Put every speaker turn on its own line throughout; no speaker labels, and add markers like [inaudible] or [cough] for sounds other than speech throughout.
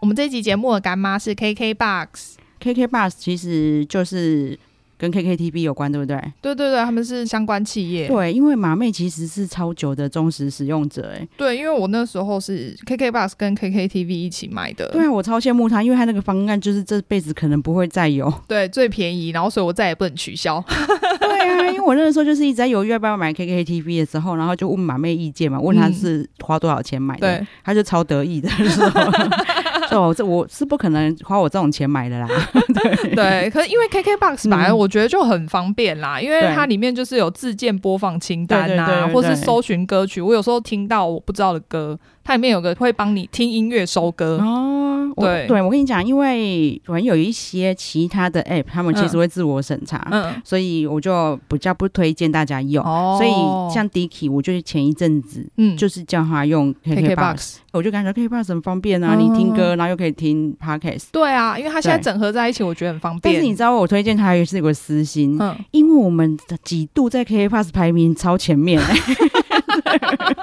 我们这集节目的干妈是 KKBOX，
KK Bus 其实就是跟 KKTV 有关，对不对？
对对对，他们是相关企业。
对，因为马妹其实是超久的忠实使用者，哎，
对因为我那时候是 KKBOX 跟 KKTV 一起买的，
对啊，我超羡慕她，因为她那个方案就是这辈子可能不会
[laughs]
再有。
对最便宜，然后所以我再也不能取
[laughs]
消。
对啊，因为我那个时候就是一直在犹豫要不要买 KKTV 的时候，然后就问马妹意见嘛，问她是花多少钱买的，
嗯对，
她就超得意的说：“
[laughs]
说我这我是不可能花我这种钱买的啦。
对，可是因为 KKBOX
嗯
本来我觉得就很方便啦，因为
对
它里面就是有自建播放清单啊，
对对对对
或是搜寻歌曲。我有时候听到我不知道的歌，它里面有个会帮你听音乐收”歌。
哦，我
对
对我跟你讲，因为可能有一些其他的 app，他们其实会自我审查，
嗯，
所以我就比较不推荐大家用。
哦
所以像 Dicky，我就是前一阵子
嗯
就是叫他用 KKBox，
KKBox。
我就感觉 KKBox 很方便啊，
嗯
你听歌然后又可以听 Podcast。
对啊，因为它现在
对
整合在一起，我觉得很方
但
便。
是你知道我推荐他也是有个私心，
嗯，
因为我们几度在 KKBox 排名超
[laughs]
前面、 [laughs]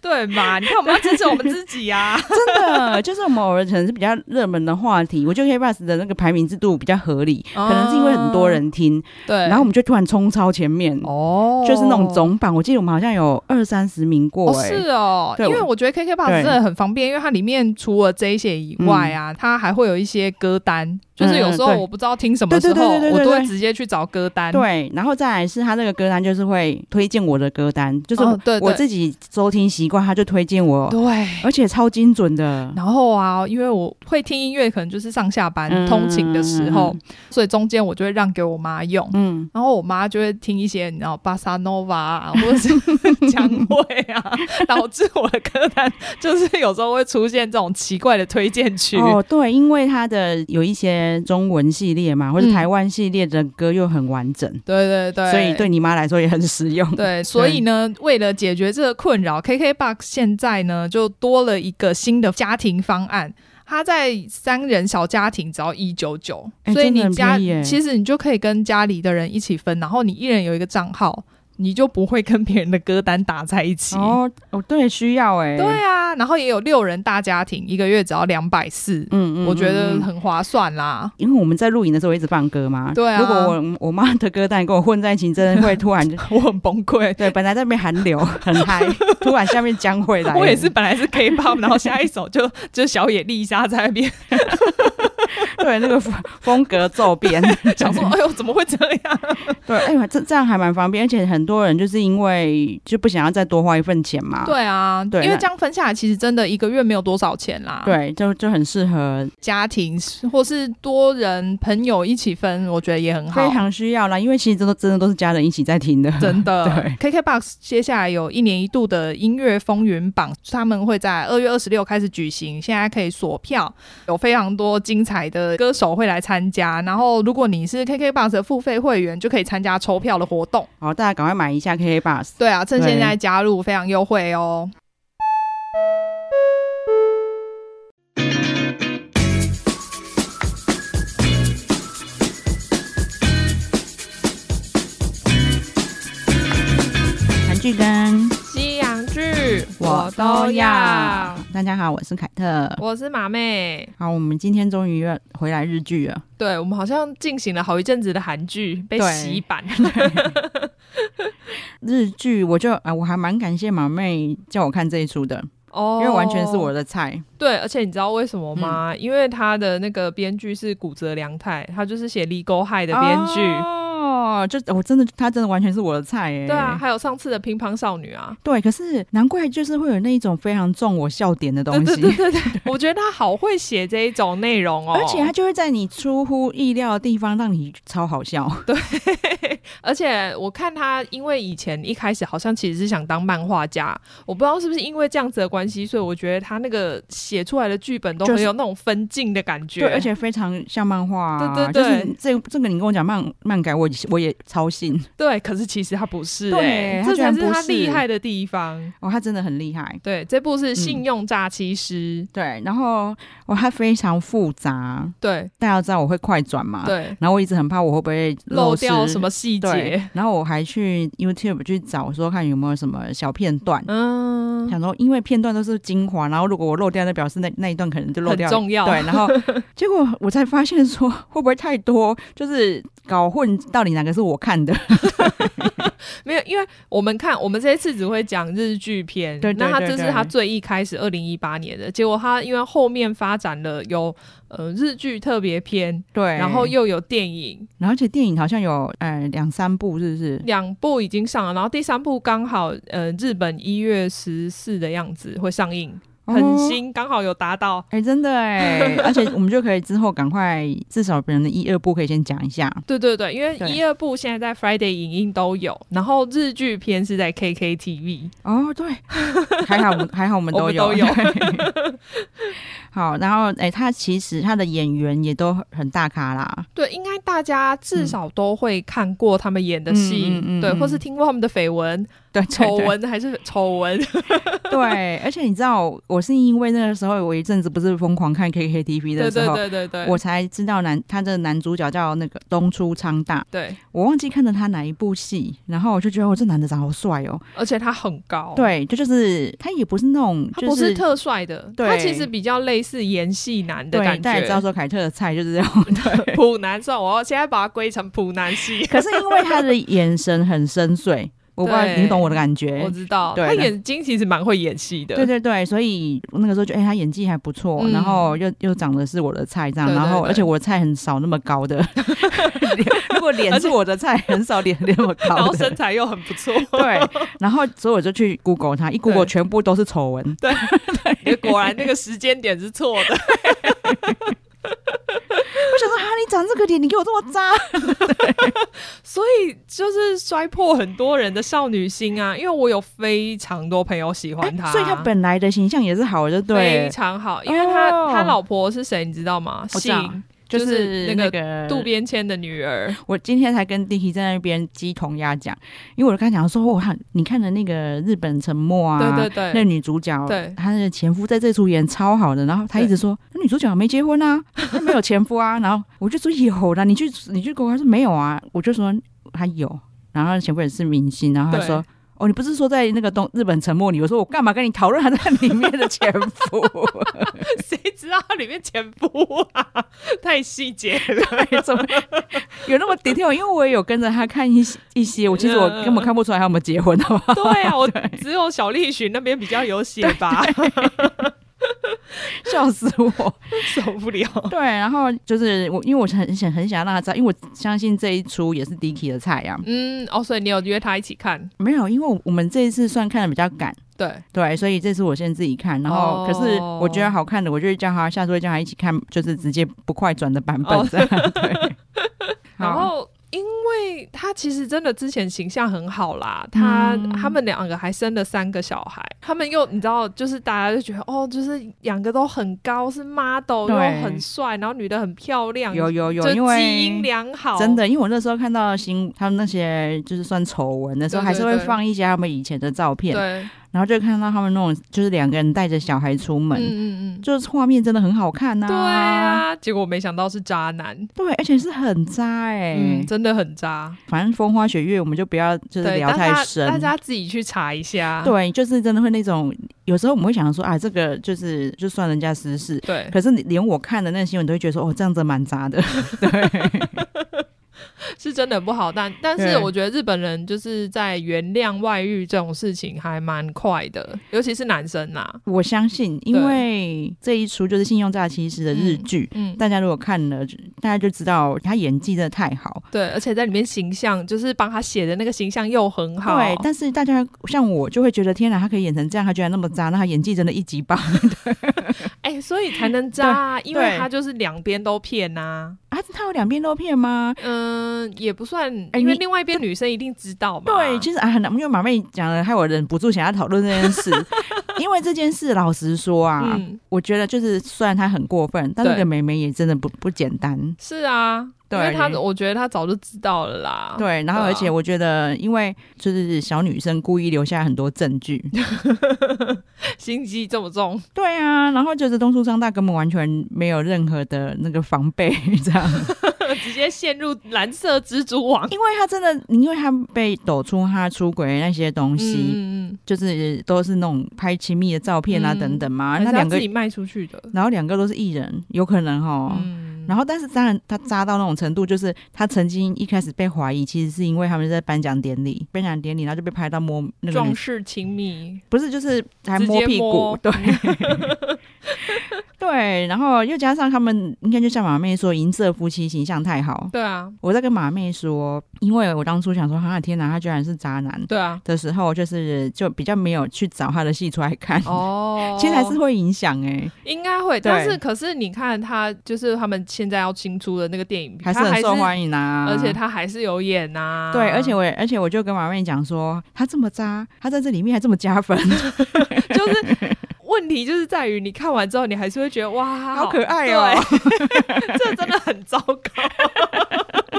对嘛？你看我们要支持我们自己啊。
真的，就是我们偶尔可能是比较热门的话题，我觉得 KKBox 的那个排名制度比较合理，
哦
[laughs] 可能是因为很多人听，
对，
然后我们就突然冲超前面，
哦，
就是那种总榜，我记得我们好像有二三十名过、
哦，
欸，
是哦，
对
因为
我
我觉得 KKBox
对嗯
真的很方便，因为它里面除了这一些以外啊，它还会有一些歌单，就是有时候
嗯嗯对
我不知道听什么时
对
候
对对，对对
我
对
都会直接去找歌单。
对，然后再来是他那个歌单，就是会推荐我的歌单，就是
哦对对
我自己收听习惯，他就推荐我，
对。
而且超精准的。
然后啊，因为我会听音乐，可能就是上下班、
嗯
通勤的时候，所以中间我就会让给我妈用，
嗯，
然后我妈就会听一些你知道巴萨诺瓦啊，或者是江蕙
[laughs]
啊，导致我的歌单就是有时候会出现这种奇怪的推荐曲。
哦，对，因为他的有一些中文系列嘛，或者
嗯
台湾系列的歌又很完整，
对对对，
所以对你妈来说也很实用。
对，所以呢，为了解决这个困扰，KKBOX 现在呢就多了一个新的家庭方案。它在三人小家庭只要一九九，
哎
所以你
真的
家
很便宜耶
其实你就可以跟家里的人一起分，然后你一人有一个账号，你就不会跟别人的歌单打在一起。
哦，哦，对，需要哎、
对啊，然后也有六人大家庭，一个月只要两百四，
嗯，嗯嗯，
我觉得
嗯。
很划算啦。 [laughs]
因为我们在录影的时候我一直放歌嘛，
对啊
如果我我妈的歌单跟我混在一起，真的会
[laughs]
突然就，
我很崩溃
对，本来在那边寒流很嗨，突然下面将会来
[laughs]
了，
我也是本来是
[laughs]
K-pop，然后下一首就就小野丽莎在那边 [laughs]
对那个风风格骤变，
想 [laughs] 说，哎呦，怎么会这样？
[laughs] 对，哎、呦，这这样还蛮方便，而且很多人就是因为就不想要再多花一份钱嘛，
对啊，
对
因为
那
这样分下来，其实真的一个月没有多少钱啦。，
对，就就很适合，
家庭或是多人朋友一起分，我觉得也很好
非。常需要啦，因为其实这都真的都是家人一起在听的， [laughs]
真的
对
，KKBOX 接下来有一年一度的音乐风云榜，他们会在二月二十六开始举行，现在可以锁票，有非常多精彩的歌手会来参加。然后，如果你是 KKBOX 的付费会员，就可以参加抽票的活动。
好，大家赶快买一下 KK Bus。
对啊，趁
对
现在加入非常优惠哦。
韩剧跟
西洋剧
大家好，我是凯特。
我是马妹。
好，我们今天终于要回来日剧了。
对，我们好像进行了好一阵子的韩剧被
对
洗
[laughs]
版，
日剧，我就啊、我还蛮感谢马妹叫我看这一出的，
哦
因为完全是我的菜。
对，而且你知道为什么吗？
嗯
因为他的那个编剧是古泽良太，他就是写《Legal High》的编剧。
哦，就我真的，她真的完全是我的菜哎。
对啊，，还有上次的乒乓少女啊，
对，可是难怪就是会有那一种非常重我笑点的东
对
西，
对对对对， [laughs] 我觉得他好会写这一种内容哦，
而且它就会在你出乎意料的地方让你超好笑。
而且我看他，因为以前一开始好像其实是想当漫画家，我不知道是不是因为这样子的关系，所以我觉得他那个写出来的剧本都
就是
很有那种分镜的感觉，
对，而且非常像漫画、啊，
对对对
就是这这个你跟我讲漫漫改，我我也超信
对，可是其实他不是、
对
欸，
他
这
居
才
然
是
不
他厉
是
害的地方。
哦，他真的很厉害。
对，这部是《
嗯
信用诈欺师》
对，然后哇，它非常复杂，
对
大家知道我会快转嘛？。
对，
然后我一直很怕我会不会
漏
失
掉什么细
对
节？，
然后我还去 YouTube 去找说看有没有什么小片段，
嗯，嗯
想说因为片段都是精华，然后如果我漏掉，那表示那那一段可能就漏
很
掉了。
重要，
对，
[laughs]
然后结果我才发现说，会不会太多？就是搞混到底哪个是我看的？
没有，因为我们看我们这一次只会讲日剧片，
对对
那他
对
这是
对
他最一开始二零一八年的，结果他因为后面发展了有呃日剧特别篇，
对，
然后又有电影
然后而且电影好像有呃两三部，是不是？
两部已经上了，然后第三部刚好呃日本一月十四的样子会上映，很
哦
新，刚好有达到。
哎、真的
[laughs]
哎，而且我们就可以之后赶快，至少别人的一二部可以先讲一下。
对对对，因为
对
一二部现在在 Friday 影音都有，然后日剧片是在 KKTV。
哦，对，还好我们还好我们
我
都
们
有。
都有
[laughs] 好，然后哎、他其实他的演员也都很大咖啦。
对，应该大家至少都会看过他们演的戏，
嗯嗯嗯嗯嗯
对，
嗯
或是听过他们的绯闻、
对，
丑
对对
闻还是丑
[laughs]
闻， [laughs]
对，而且你知道，我是因为那个时候，我有一阵子不是疯狂看 KKTV
对
的时
对
候，
对对对，
我才知道男他的男主角叫那个东出昌大，
对，
我忘记看了他哪一部戏，然后我就觉得我这男的长好帅哦。
而且他很高，，
对，这就是他也不是那种
他
就
不是
是。
特帅的，
对
他其实比较类似演戏男的
对，
感
大家也知道
觉，
说凯特的菜就是
[laughs]
这种，对。，
普男帅，我现在把它归成普男系
可是因为他的眼神很深邃，我不知道
对
你懂我的感觉
我。知道，
对
他眼睛其实蛮会演戏的，
对对对，所以我那个时候就哎、他演技还不错，
嗯
然后又又长得是我的菜这样，
对对
然后
对
而且我的菜很少那么高的， [laughs] 如果脸是我的菜，很少脸那么
然
高
后
的
身。材又很不错，
对，然后所以我就去 Google 他，一 Google
对
全部都是丑闻。
果然那个时间点是错的。
我想说，哈，你长这个脸，你给我这么渣？
所以就是摔破很多人的少女心啊，因为我有非常多朋友喜欢他，
所以他本来的形象也是好的，
非
就对，
常好，因为他、
哦
他老婆是谁，你知道吗？
我知道
信
就是
那
那
个
个
渡边谦的女儿，
我今天才跟 Dicky 在那边鸡同鸭讲，因为我就跟他讲说，我看你看的那个日本沉默啊，
对对
那
对
个。女主角，
对
她的前夫在这出演超好的，然后她一直说那女主角没结婚啊，她没有前夫啊，然后我就说有啦，你去你去跟我，她说没有啊，我就说她有，然后她前夫也是明星，然后她
对
说。哦，你不是说在那个东日本沉默里？我说我干嘛跟你讨论她在里面的前夫？ [laughs]
[laughs] 谁知道他里面前夫啊？太细节了。
哎怎么有那么 detail？因为我也有跟着她看一些一些，我其实我
嗯
根本看不出来他有没有结婚，好不好？
对 [laughs] 啊，我只有小栗旬那边比较有写吧，
笑死我！
[laughs] 受不了。 [laughs]
对，然后就是我，因为我很想很想让他知道，因为我相信这一出也是 Dicky 的菜呀、
嗯，哦，所以你有约他一起看？
没有，因为我们这一次算看的比较赶，
对，
对，所以这次我先自己看，然后
哦
可是我觉得好看的，我就会叫他下次会叫他一起看，就是直接不快转的版
哦
本这样。 [laughs] 对，
然
好
后，因为他其实真的之前形象很好啦，他、
嗯
他们两个还生了三个小孩，他们又你知道，就是大家就觉得哦，就是两个都很高，是 model 又
对
很帅，然后女的很漂亮，
有有有，
就
因
基因
为。
良好，
真。的，因为我那时候看到新他们那些就是算丑闻的时候，
对对
还是会
对
放一些他们以前的照片，
对，
然后就看到他们那种就是两个人带着小孩出
嗯
门，
嗯嗯，
就是画面真的很好看呐、
对啊，结果没想到是渣男，
对，而且是很渣哎、
嗯，真的很渣。
反正风花雪月我们就不要就是
对，
聊
大
太
家
深，
大家啊自己去查一下。
对，就是真的会那种，有时候我们会想说啊，这个就是就算人家私事，
对，
可是你连我看的那新闻都会觉得说，哦，这样子蛮渣的。 [laughs]
是真的不好，但但是
对
我觉得日本人就是在原谅外遇这种事情还蛮快的，尤其是男生啊啦。
我相信，因
对
为这一出就是《信用诈欺师》的日剧。
嗯，
大家如果看了，就大家就知道他演技真的太好。
对，而且在里面形象就是帮他写的那个形象又很好，
对，但是大家像我就会觉得，天哪，他可以演成这样，他居然那么渣，那他演技真的一级棒。 [laughs]
哎、所以才能渣、啊，因为
对
他就是两边都骗呐、
啊，他有两边都骗吗？
嗯，也不算，
哎
因为
你
另外一边女生一定知道嘛。
对，其实啊，因为马妹讲了，害我忍不住想要讨论这件
[laughs]
事。因为这件事，老实说啊，
嗯，
我觉得就是虽然她很过分，但
对
那个妹妹也真的不不简单。
是啊，因
对
为他我觉得他早就知道了啦。
对，然后
对啊
而且我觉得，因为就是小女生故意留下很多
[laughs]
证据。
心机这么重， [laughs]
对 [laughs] 啊，然后就是东叔张大根本完全没有任何的那个防备，这样
直接陷入蓝色蜘蛛网。
因为他真的，因为他被抖出他出轨那些东西，
嗯嗯
就是都是那种拍亲密的照片啊
嗯
等等嘛，
嗯，那
那两
两
个
自，己卖出去的，
然后两个都是艺人，有可能哈。
嗯，
哦然后，但是当然，他渣到那种程度，就是他曾经一开始被怀疑，其实是因为他们在颁奖典礼，颁奖典礼，然后就被拍到摸那个
壮
女，
士亲密，
不是就是还
直接
摸屁股
摸，
对 [laughs] 对，然后又加上他们，应该就像马妹说，银色夫妻形象太好。
对啊，
我在跟马妹说，因为我当初想说，哈、天哪，他居然是渣男
对啊，
的时候，就是就比较没有去找他的戏出来看，
哦，
嗯其实还是会影响哎、
应该会，
对
但是可是你看他，就是他们现在要新出的那个电影，
还是
他
很受
迎、
欢迎啊，
而且他还是有演啊呐、
对，而且我也而且我就跟马妹讲说，他这么渣，他在这里面还这么加分， [laughs]
就是。问题就是在于你看完之后，你还是会觉得哇，
好可爱哦、
对这真的很糟
[laughs]
糕。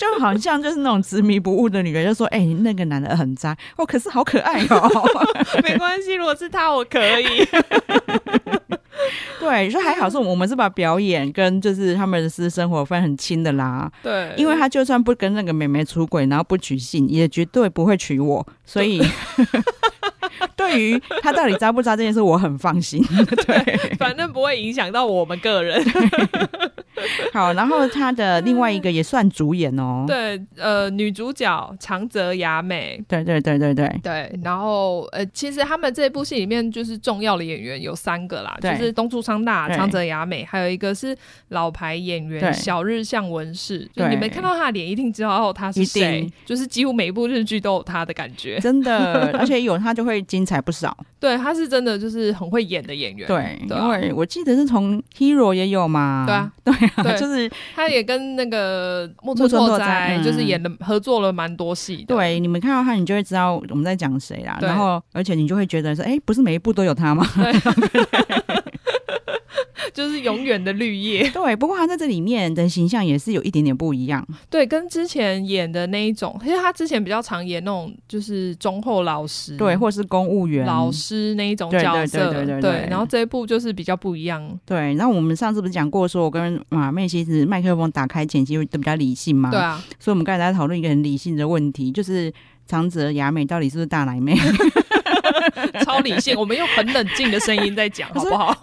就好像就是那种执迷不悟的女人，就说，哎、那个男的很渣，哦，可是好可爱哦、 [laughs]
没关系，如果是他，我可以。
对，就还好是我们是把表演跟就是他们的私生活分很清的啦，
对，
因为他就算不跟那个妹妹出轨，然后不取信，也绝对不会娶我，所以。对于他到底渣不渣这件事，我很放心。 [laughs] 对，
反正不会影响到我们个
[laughs]
人。
好，然后他的另外一个也算主演哦。
对，呃，女主角长泽雅美。
对对对对对
对，然后呃，其实他们这部戏里面就是重要的演员有三个啦，就
对
是东出昌大、
对
长泽雅美，还有一个是老牌演员
对
小日向文世。就
对
你没看到他的脸，一定知道他是
一
谁
定，
就是几乎每一部日剧都有他的感觉。
[laughs] 真的，而且有他就会精彩不少。
对，他是真的就是很会演的演员。
对，
[laughs] 对啊
因为我记得是从 Hero 也有嘛。
对
[laughs]
啊，
对啊，
对
就是
他也跟那个木村
木村
拓
拓哉
哉
嗯
就是演了合作了蛮多戏的。
对，你们看到他，你就会知道我们在讲谁啦。
对
然后，而且你就会觉得说，哎，不是每一部都有他吗？
[laughs] 就是永远的绿叶。 [laughs]
对，不过他在这里面的形象也是有一点点不一样。
对，跟之前演的那一种，其实他之前比较常演那种就是忠厚老实，
对，或是公务员
老师那一种
对
角
对
色，
对对对对
然后这一部就是比较不一样，
对，那我们上次不是讲过，说我跟马妹其实麦克风打开前期会都比较理性嘛，
对，
[laughs]
啊，
所以我们刚才在讨论一个很理性的问题，就是长泽雅美到底是不是大奶妹？
[laughs] 超理性，我们用很冷静的声音在讲，好不
[laughs]
好？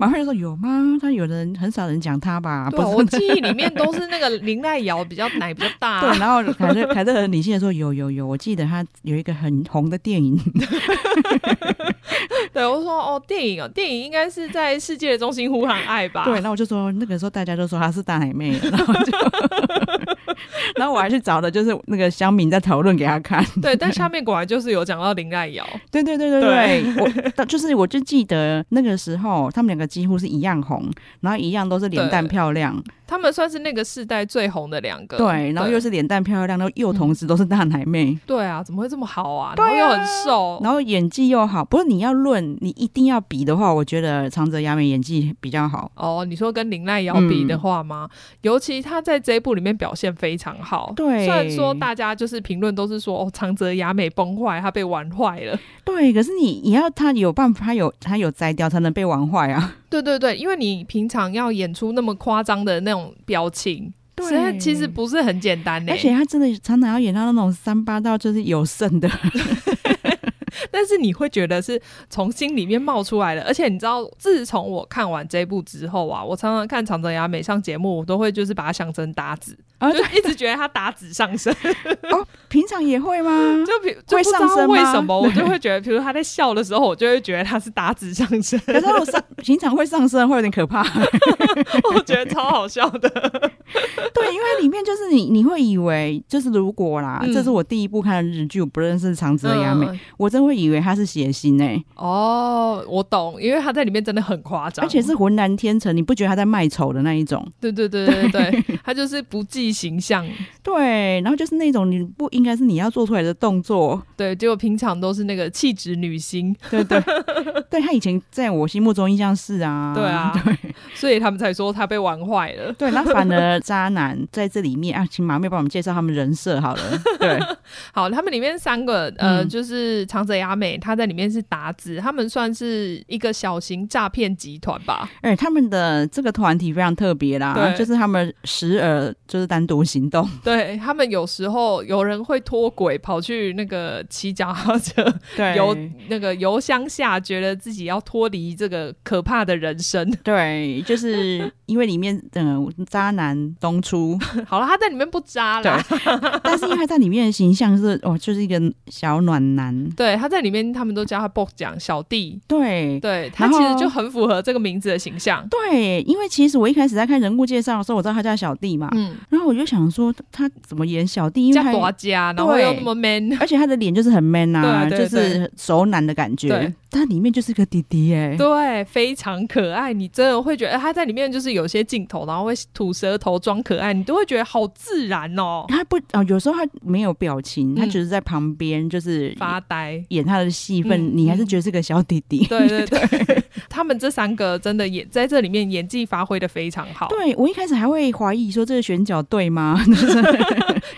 马妹就说有吗？她有人很少人讲她吧，
对
不
啊，
是。
我记忆里面都是那个林奈瑶比较奶比较大、
[laughs] 对，然后凯特凯特很理性的说有有有，我记得她有一个很红的电影，
对我说哦，电影哦，电影应该是在世界的中心呼喊爱吧？
对，然后我就说那个时候大家都说她是大奶妹，然后就，然后我还去找了就是那个乡民在讨论给她看，
对，但下面果然就是有讲到林奈瑶，
对对对对对，我但就是我就记得那个时候，他们两个几乎是一样红，然后一样都是脸蛋
对
漂亮，
他们算是那个世代最红的两个，
呃对，然后又是脸蛋漂亮，然后又同时都是大奶妹，
对啊，怎么会这么好啊？
对
然
啊
后又很瘦，
然后演技又好。不过你要论，你一定要比的话，我觉得长泽雅美演技比较好。
哦，你说跟林奈瑶比的话吗？尤其她在这一部里面表现非常好。
对
虽然说大家就是评论都是说哦，长泽雅美崩坏，她被玩坏了。
对，可是你也要她有办法，她有她有摘掉才能被玩坏啊。
对对对，因为你平常要演出那么夸张的那种表情，
对
实在其实不是很简单呢欸
而。且她真的常常要演到那种三八到就是有剩的，
但是你会觉得是从心里面冒出来的。而且你知道，自从我看完这部之后啊，我常常看长泽雅美上节目，我都会就是把她想成打子，
啊
就一直觉得她打子上身。
平常也会吗？
[laughs] 就比就不
会
知
上
道
升
为
吗
什么，我就会觉得，比如他在笑的时候，我就会觉得他是打指上身，
可是她如果上平常会上身，会有点可怕。 [laughs]
我觉得超好笑的。
对，因为里面就是你，你会以为就是如果啦，
嗯
这是我第一部看的日剧，我不认识长泽雅美，
嗯
我真会以为她是血腥哎、
哦，我懂，因为他在里面真的很夸张，
而且是浑然天成，你不觉得她在卖丑的那一种？ [laughs]
对对对对对，他就是不计形象。
对，然后就是那种你不应该是你要做出来的动
[laughs]
作，
对，结果平常都是那个气质女星，
对对对，他以前在我心目中印象是啊，
对啊
对
所以他们才说她被玩坏了。
对，那反而渣男在这里面啊，请马妹帮我们介绍他们人设好了，对，
好，他们里面三个呃，
嗯
就是长泽雅美，她在里面是达子，他们算是一个小型诈骗集团吧？
哎、他们的这个团体非常特别啦，
对
就是他们时而就是单独行动，
对他们有时候有人会脱轨，跑去那个骑脚踏车
对
游
有
那个游乡下，觉得自己要脱离这个可怕的人生。 [laughs]
对，就是因为里面嗯、渣男东出，
好了，他在里面不渣
对
啦，，
但是因为他在里面的形象是哦，就是一个小暖男，
对，他在里面他们都叫他 b o 奖小弟，
对。
对他
然
其
后
实就很符合这个名字的形象。
对，因为其实我一开始在看人物介绍的时候，我知道他叫小弟嘛，
嗯，
然后我就想说他怎么演小弟，因为
加
他
多加，然后
对
又那么 man，
[laughs] 而且他的脸就是很 man 啊，
对对
就是熟男的感
对
觉，但里面就是个弟弟哎、
对，非常可爱。你真的会觉得呃他在里面就是有些镜头，然后会吐舌头装可爱，你都会觉得好自然哦，
他不啊、有时候他没有表情，他
嗯
只是在旁边就是
发呆。
演他的戏份，
嗯
你还是觉得是个小弟弟。
[laughs] 对对对，他们这三个真的演在这里面演技发挥的非常好。
对我一开始还会怀疑说这个选角
[laughs]
对吗？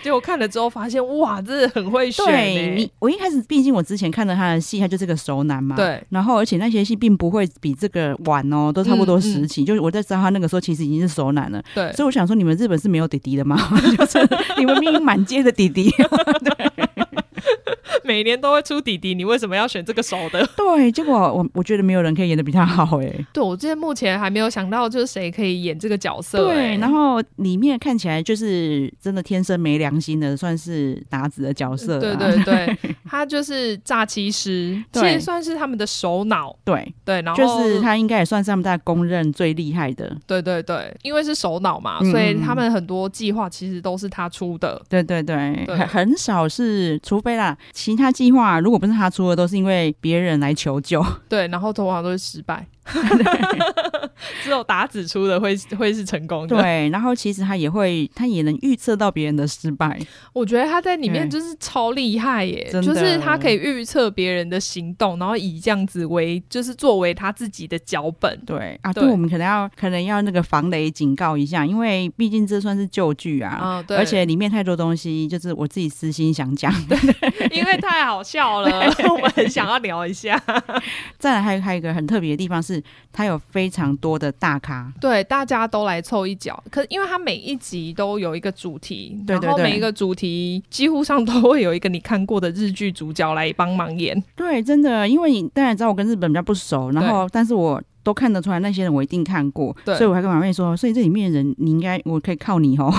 结果看了之后发现，哇，这很会选
对
欸、
你，我一开始毕竟我之前看了他的戏，他就是个熟男嘛。。
对
然后，而且那些戏并不会比这个晚哦，都差不多时期。就是我在知道他那个时候其实已经是熟男了，
嗯对
所以我想说，你们日本是没有弟弟的吗？ [laughs] 就是你们明明满街的弟弟，
每年都会出弟弟，你为什么要选这个熟的？
对，结果我我觉得没有人可以演的比他好哎、
[laughs] 对我这目前还没有想到，就是谁可以演这个角色、欸
对，然
后。
后里面看起来就是真的天生没良心的，算是达子的角色、啊。
嗯对对对， [laughs] 他就是诈欺师，其
对
实算是他们的首脑。
[laughs] 对，
对，然后
就是他应该也算是他们大家公认最厉害的。
对对对，因为是首脑嘛，
嗯
所以他们很多计划其实都是他出的。
对对对，
对
很很少是，除非啦，其他计划如果不是他出的，都是因为别人来求
[laughs]
救。
对，然后通常都是失败， [laughs] 只有打指出的会会是成功的。，
对，然后其实他也会，他也能预测到别人的失败。
我觉得他在里面
嗯
就是超厉害耶，
真的
就是他可以预测别人的行动，然后以这样子为就是作为他自己的脚本。
对啊，
对
对我们可能要可能要那个防雷警告一下，因为毕竟这算是旧剧啊。
啊、对，
而
[laughs]
且里面太多东西，就是我自己私心想讲。 [laughs]
因为太好笑了， [laughs] 我们很想要聊一下。
再来还有还有一个很特别的地方是，它有非常多的大咖，
对，大家都来凑一脚。可因为它每一集都有一个主题，
对对
然后
对
每一个主题几乎上都会有一个你看过的日剧主角来帮忙演。
对，真的，因为你当然知道我跟日本比较不熟，然后但是我。都看得出来，那些人我一定看过，
对
所以我还跟马妹说，所以这里面的人你应该，我可以靠你
[laughs]
哦。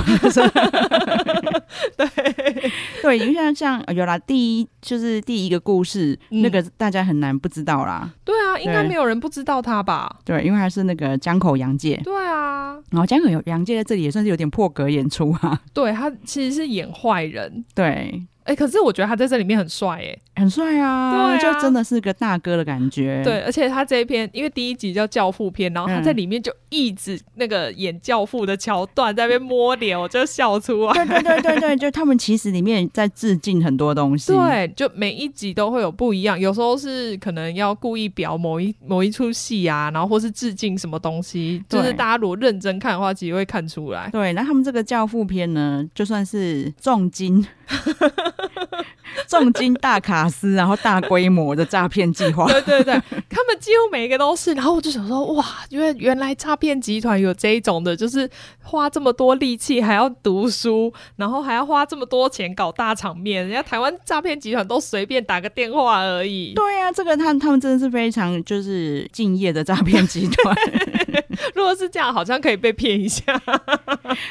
[laughs] 对，因为像像呃有啦，第一就是第一个故事，
嗯
那个大家很难不知道啦。
对啊，应该
对
没有人不知道他吧？
对，因为他是那个江口洋介，
对啊，
然后江口洋介在这里也算是有点破格演出啊。
对他其实是演坏人。
对，
哎、可是我觉得他在这里面很帅哎、
很帅啊，
对啊
就真的是个大哥的感觉。
对，而且他这一篇因为第一集叫《教父》篇，然后他
嗯
在里面就一直那个演教父的桥段在那边摸脸， [laughs] 我就笑出来。
对对对对 [laughs] 对，就他们其实里面在致敬很多东西。
对，就每一集都会有不一样，有时候是可能要故意表某一某一出戏啊，然后或是致敬什么东西，就是
对
大家如果认真看的话，其实会看出来。
对，那他们这个教父片呢，就算是重金、 [laughs] 重金大卡司，然后大规模的诈骗计划。
对对对，他们几乎每一个都是，然后我就想说，哇，因为原来诈骗集团有这一种的，就是花这么多力气，还要读书，然后还要花这么多钱搞大场面，人家台湾诈骗集团都随便打个电话而已。
[laughs] 对啊，这个他他们真的是非常就是敬业的诈骗集 [laughs] 团。
如果是这样，好像可以被骗一下。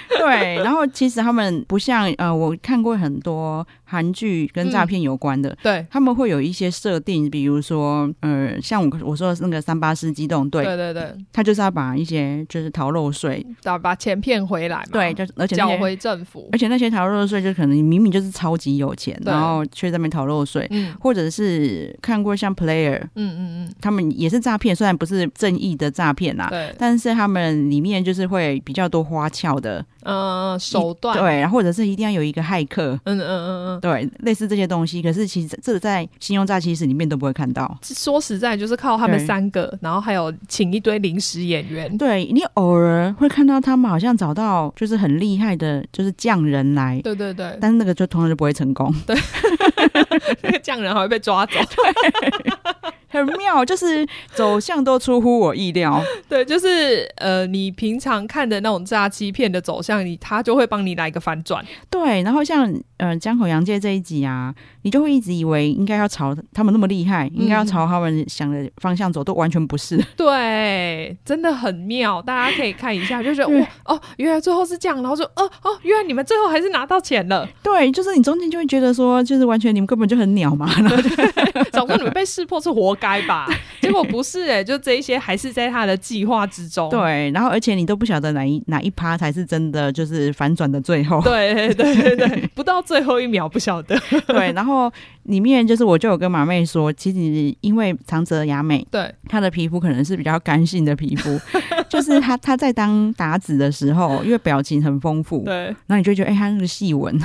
对，然后其实他们不像呃，我看过很多韩剧跟诈骗有关的，
对，
他们会有一些设定，比如说，呃，像我我说的那个三八师机动队，
对对对，
他就是要把一些就是逃漏税，
打把钱骗回来嘛。
对，就是而且那
缴
些
回政府
而。且那些逃漏税，就可能你明明就是超级有钱，
对
然后却在那边逃漏税，
嗯
或者是看过像 Player，
嗯嗯
他们也是诈骗，虽然不是正义的诈骗啦
嗯，。对
但是他们里面就是会比较多花俏的
嗯、手段，
对，然后或者是一定要有一个骇客，
嗯嗯嗯嗯。
对，类似这些东西。可是其实这个在信用诈欺师里面都不会看到。
说实在，就是靠他们
对
三个，然后还有请一堆临时演员，
对你偶尔会看到他们好像找到就是很厉害的，就是匠人来，
对对对，
但是那个就通常就不会成功。 [laughs]
那个匠人还会被抓走。
很妙，就是走向都出乎我意料。
对，就是呃，你平常看的那种诈欺片的走向，你他就会帮你来一个反转。
对，然后像呃江口洋介这一集啊，你就会一直以为应该要朝他们那么厉害，应该要朝他们想的方向走，都完全不
嗯
是。
对，真的很妙，大家可以看一下，就觉得
对
哇哦，原来最后是这样，然后就哦哦，原来你们最后还是拿到钱了，
[laughs] 对，就是你中间就会觉得说，就是完全你们根本就很鸟嘛。然后就
想说你们被识破是活该吧，结果不是哎、就这一些还是在他的计划之中。
对，然后而且你都不晓得哪一哪一趴才是真的，就是反转的最后。
对对对对，不到最后一秒不晓得。 [laughs]
对，然后里面就是我就有跟马妹说，其实因为长泽雅美
对，
她的皮肤可能是比较干性的皮肤，就是她她在当打子的时候，因为表情很丰富，
对，
然后你就会觉得哎、她那个细纹，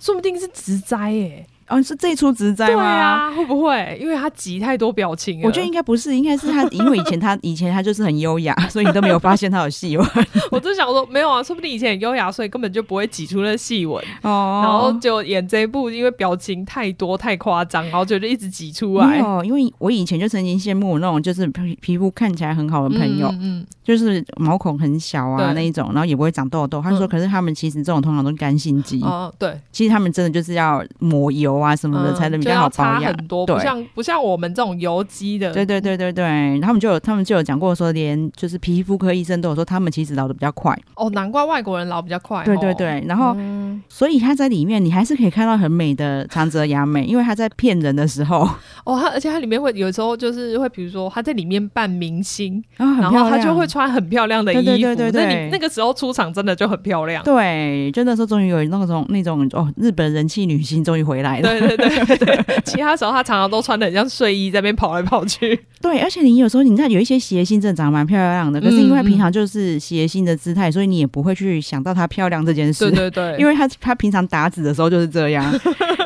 说不定是植栽耶、
哦是这一出植栽
对
吗？
[laughs] 啊，会不会？因为他集太多表情了，
我觉得应该不是，应该是她，因为以前她 [laughs] 以前她就是很优雅，所以你都没有发现她有细纹 [laughs]
我就想说，没有啊，说不定以前很优雅，所以根本就不会挤出那细纹，
哦。
然后就演这一部，因为表情太多太夸张，然后就就一直挤出
没
来。
有，因为我以前就曾经羡慕我那种就是皮皮肤看起来很好的朋友，
嗯，嗯
就是毛孔很小啊
对
那一种，然后也不会长痘痘。他说，
嗯
可是他们其实这种通常都是干性肌，
嗯哦，对，
其实他们真的就是要抹油啊什么的
嗯
才能比
就
较
要
好
差
保养。
很多，
对
不像不像我们这种油肌的，
对对对对对，然后他们就有他们就有讲过说，连就是皮肤科医生都有说，他们其实老的比较快。
哦，难怪外国人老比较快。
对对
哦，
对，然后
嗯
所以他在里面，你还是可以看到很美的长泽雅美，因为他在骗人的时候 [laughs] 啊、
哦，他而且他里面会有时候就是会，比如说他在里面扮明星，
很
然
漂
后他就
亮
会穿很漂亮的衣服，
对对对对
那
对
你那个时候出场真的就很漂亮。
对，就那时候终于有那种那种哦，日本人气女星终于回来了。
对对对对，其他时候他常常都穿的很像睡衣，在那边跑来跑去。
对，而且你有时候你看有一些谐星真的长得蛮漂亮的，可是因为
嗯嗯
平常就是谐星的姿态，所以你也不会去想到她漂亮这件事。
对对对，
[laughs] 因
为
为她她平常打字的时候就是这
[laughs]
样，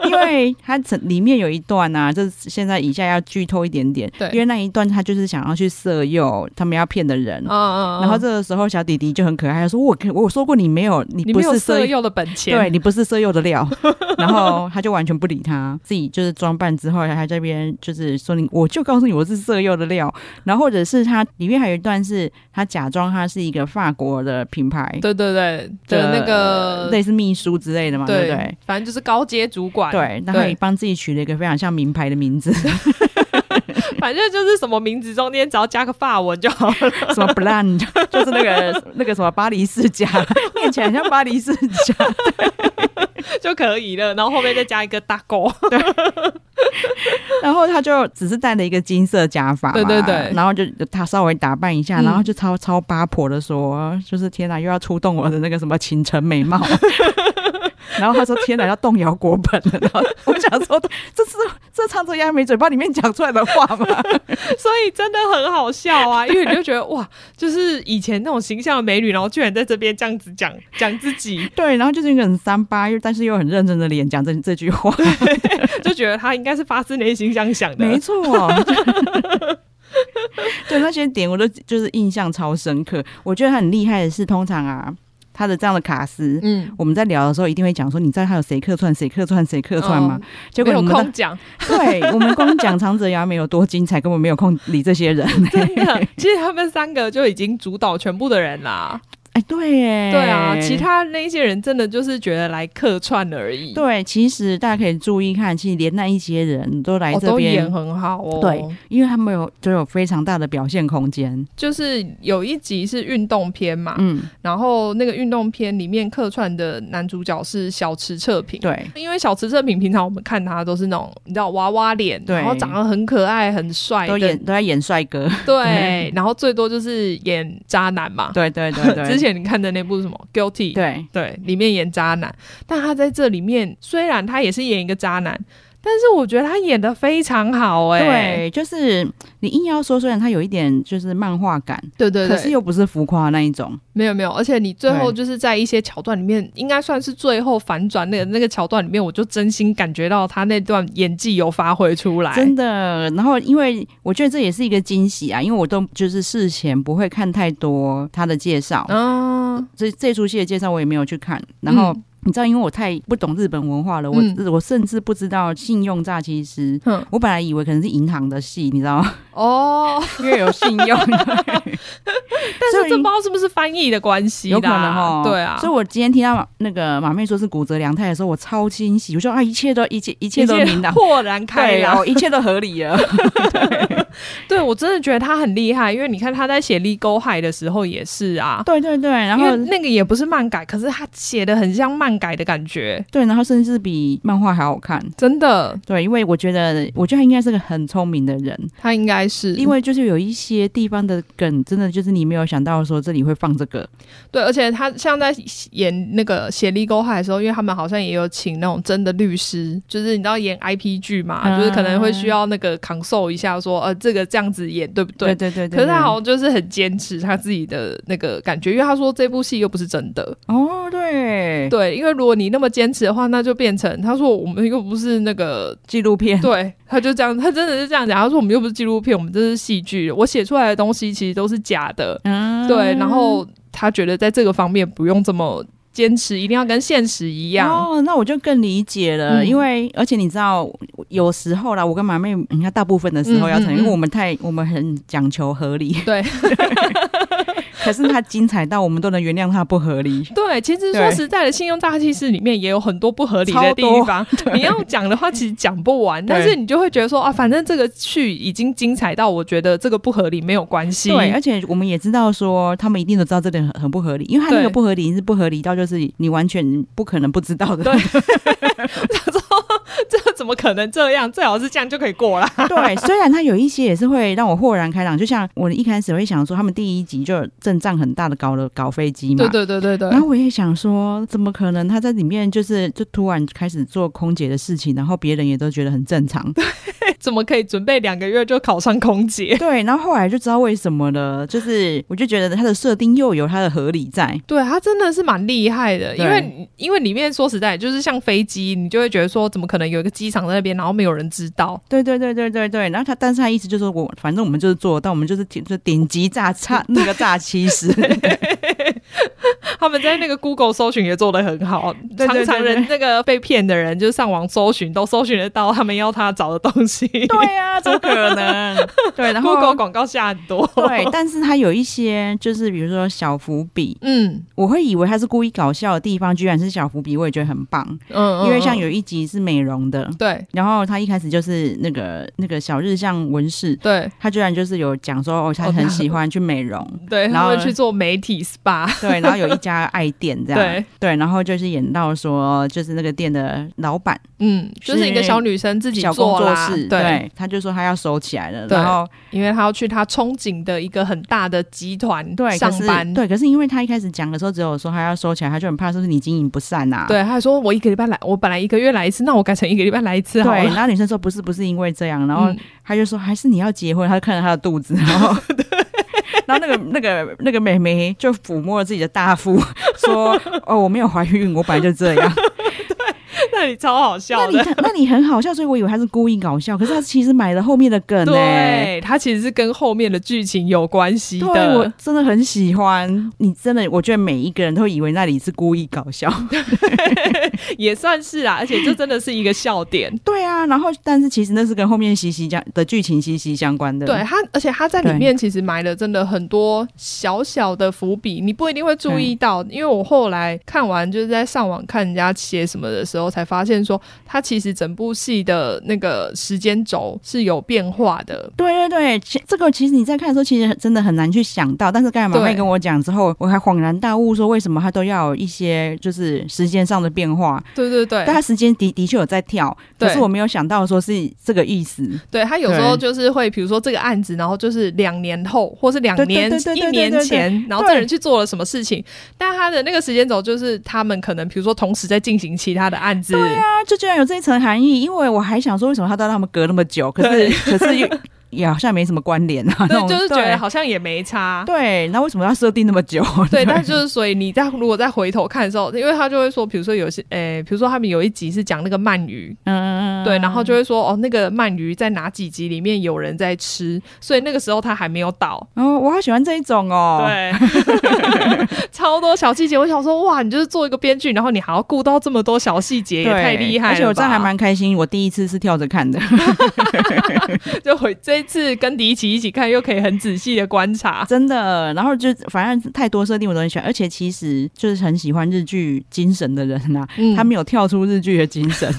因为她整里面有一段啊，就是现在以下要剧透一点点，
对
因为那一段她就是想要去色诱他们要骗的人，
嗯嗯，嗯
然后这个时候小弟弟就很可爱，他说我可我说过你没有你
你
不
没有
是
色诱的本钱，
对你不是色诱的料， [laughs] 然后他就完全不理他，自己就是装扮之后，还在那边就是说你，我就告诉你我是色诱的料，然后或者是他里面还有一段是他假装他是一个法国的品牌
对对对的那个
类似秘书之类的嘛，对不对
对？，反正就是高阶主管，
对，那他也
对，
帮自己取了一个非常像名牌的名字， [laughs]
反正就是什么名字中间只要加个法文就好 [laughs] 了。
什么 Blan，就是那个那个什么巴黎世家， [laughs] 念起来很像巴黎世家。
就可以了，然后后面再加一个大勾。
[laughs] 然后他就只是戴了一个金色假发嘛，
对对对
然后就他稍微打扮一下，
嗯
然后就超超八婆的说，就是天哪，又要出动我的那个什么倾城美貌。 [laughs] 然后他说：“天哪，要动摇国本了。”然后我想说，这是这唱着亚美嘴巴里面讲出来的话
[laughs]
吗？
[laughs] 所以真的很好笑啊，因为你就觉得哇，就是以前那种形象的美女，然后居然在这边这样子讲讲自己，
对，然后就是一个很三八又但是又很认真的脸讲这这句话，
就觉得她应该是发自内心这样想的。[laughs]
没错。对那些点，我都就是印象超深刻。我觉得他很厉害的是，通常啊，他的这样的卡司，
嗯，
我们在聊的时候一定会讲说，你知道他有谁客串、谁客串、谁客串吗？
嗯
结果
没有
我们
空
的
讲，
[laughs] 对我们光讲长泽雅美有多精彩，根本没有空理
[laughs]
这些人。
真
[laughs]
的，其实他们三个就已经主导全部的人啦。
哎，对耶，
对啊，
嗯
其他那些人真的就是觉得来客串而已，
对，其实大家可以注意看，其实连那一些人都来
哦，
这
都
边。
演很好哦。
对，因为他们有就有非常大的表现空间，
就是有一集是运动片嘛，
嗯，
然后那个运动片里面客串的男主角是小池彻平。
对，
因为小池正平平常我们看他都是那种你知道娃娃脸，
对
然后长得很可爱、很帅
都
的，
演都在演帅哥， [laughs]
对，然后最多就是演渣男嘛。
对对对对，
[laughs] 之前你看的那部是什么《Guilty》，
对
对，里面演渣男，但他在这里面虽然他也是演一个渣男，
但是我觉得他演的非常好哎、
欸
对，就是你硬要说，虽然它有一点就是漫画感，
对对
可是
对，
又不是浮夸那一种。
没有没有，而且你最后
对
就是在一些桥段里面，应该算是最后反转那个那个桥段里面，我就真心感觉到他那段演技有发挥出来，
真的。然后，因为我觉得这也是一个惊喜啊，因为我都就是事前不会看太多他的介绍，
嗯，
这这出戏的介绍我也没有去看。然后，
嗯
你知道，因为我太不懂日本文化了，我、
嗯
我甚至不知道信用诈欺师。
哼
我本来以为可能是银行的戏，你知道吗？
哦，
因为有信
[laughs]
用，
但
所
是
以
这不知道是不是翻译的关系啦，
有可能哦。
对啊
所，以我今天听到那个马妹说是骨折良太的时候，我超惊喜，我说啊，一切都一切一切都
一
[laughs]
明朗。
豁然开
对
啊
朗。
哦，一切都合理了。
对我真的觉得他很厉害，因为你看他在写《Legal High》的时候也是啊，
对对对，然后
因为那个也不是漫改，可是他写的很像漫改的感觉，
对，然后甚至比漫画还好看。
真的，
对，因为我觉得，我觉得他应该是个很聪明的人，
他应该是
因为就是有一些地方的梗，真的就是你没有想到说这里会放这个。
对，而且他像在演那个《协力沟海》的时候，因为他们好像也有请那种真的律师，就是你知道演 IP 剧嘛，
嗯
就是可能会需要那个 console 一下说，呃，这个这样子演对不对？
对对对
可是他好
对
像就是很坚持他自己的那个感觉，因为他说这部戏又不是真的，
哦，对，
对，因为如果你那么坚持的话，那就变成他说我们又不是那个
纪录片，
对，他就这样，他真的是这样讲。他说我们又不是纪录片，我们这是戏剧，我写出来的东西其实都是假的。
嗯
对，然后他觉得在这个方面不用这么坚持，一定要跟现实一样。
哦，那我就更理解了，
嗯
因为而且你知道，有时候啦，我跟马妹，你看大部分的时候
嗯
要承认，
嗯
因
嗯
为我们太我们很讲求合理，
对
[laughs] 可是他精彩到我们都能原谅他不合理。
对，其实说
对
实在的，信用大气室里面也有很多不合理的
超
地
多
方。你要讲的话，其实讲不完，但
对
是你就会觉得说啊，反正这个剧已经精彩到我觉得这个不合理没有关系。
对，而且我们也知道说，他们一定都知道这点很很不合理，因为他那
对
个不合理是不合理到就是你完全不可能不知道的。
对他说 [laughs] 这怎么可能这样？最好是这样就可以过啦。
[laughs] 对，虽然他有一些也是会让我豁然开朗，就像我一开始会想说，他们第一集就有阵仗很大的搞了搞飞机嘛，
对对对对对。
[laughs] 然后我也想说，怎么可能他在里面就是就突然开始做空姐的事情，然后别人也都觉得很
[laughs]
正常。
怎么可以准备两个月就考上空姐？
对，然后后来就知道为什么了，就是我就觉得他的设定又有他的合理在。
对他真的是蛮厉害的，
对
因为因为里面说实在，就是像飞机，你就会觉得说，怎么可能有一个机场在那边，然后没有人知道？ [laughs]
对对对对对对，然后他，但是他意思就是我，反正我们就是做得到，我们就是顶就顶级炸
[laughs]
差那个炸欺师。
他们在那个 Google 搜寻也做得很好，
对对对
常常人那
对
个被骗的人，就是上网搜寻都搜寻得到他们要他找的东西。 [laughs]
对呀、 [laughs] 怎么可能？对，然后
Google 广告下很多，
对，但是他有一些就是比如说小伏笔，
[laughs] 嗯
我会以为他是故意搞笑的地方，居然是小伏笔，我也觉得很棒。
嗯，
因为像
嗯
有一集是美容的，
对
然后他一开始就是那个那个小日向文士，
对
他居然就是有讲说哦，他很喜欢去美容，
对，
然
他
后
们去做媒体 SPA，
对，然后有一家爱店这样，
[laughs] 对
然后就是演到说就是那个店的老板
嗯，就是一个小女生自己
小工
做
作
啦，
室，
对，
对，他就说他要收起来了，
对
然后
因为她要去她憧憬的一个很大的集团
对，
上
可是
班，
对，可是因为他一开始讲的时候只有说他要收起来，他就很怕是不是你经营不善呐、啊，。
对，他还说我一个礼拜来，我本来一个月来一次，那我改成一个礼拜来一次好
对，
了。
然后女生说不是不是因为这样，然后
嗯 [laughs]
他就说还是你要结婚，他就看着他的肚子，然后然后那个那个那个美眉就抚摸了自己的大腹，说哦我没有怀孕，我本来就
[laughs]
这样。
那里超好
那
笑
你
的。
看那你很好笑，所以我以为他是故意搞笑，可是他其实买了后面的梗呢、
对，他其实是跟后面的剧情有关系
欸对，我
的。
真的很喜欢你，真的，我觉得每一个人都会以为那里是故意搞笑。
也算是啊啦、而且这真的是一个笑点。
[laughs] 对啊，然后但是其实那是跟后面息息相的剧情息息相关的。
对他，而且他在里
对
面其实埋了真的很多小小的伏笔，你不一定会注意到。因为我后来看完，就是在上网看人家写什么的时候，才发现说他其实整部戏的那个时间轴是有变化的。
对对对，其这个其实你在看的时候，其实真的很难去想到。但是刚才马
对
妹跟我讲之后，我还恍然大悟，说为什么他都要有一些就是时间上的变化。
对对对，
但他时间的的确有在跳，
对
可是我没有想到说是这个意思。
对他有时候
对
就是会，比如说这个案子，然后就是两年后，或是两
对对
年
对对
一
对对
年
对
前，然后这
对
人去做了什么事情，但他的那个时间轴就是他们可能比如说同时在进行其他的案子，
对啊，就居然有这一层含义，因为我还想说，为什么他都让他们隔那么久？可是可是又也好像没什么关联啊，那
对，
种
就是觉
对
得好像也没差。
对，那为什么要设定那么久？
[laughs]
[laughs]
对，但就是所以你在如果再回头看的时候，因为他就会说，比如说有些，诶、比如说他们有一集是讲那个鳗鱼，
嗯，
对，然后就会说哦，那个鳗鱼在哪几集里面有人在吃，所以那个时候他还没有倒。
哦，我好喜欢这一种哦，，
对， [laughs] 超多小细节，我想说哇，你就是做一个编剧，然后你还要顾到这么多小细节，也
对
太厉害了吧。
而且我真的还蛮开心，我第一次是跳着看的， [laughs]
就回这一次跟迪奇一起看，又可以很仔细的观
[laughs]
察。
真的。然后就反正太多设定我都很喜欢，而且其实就是很喜欢日剧精神的人呐、
嗯
他没有跳出日剧的精
[laughs]
神，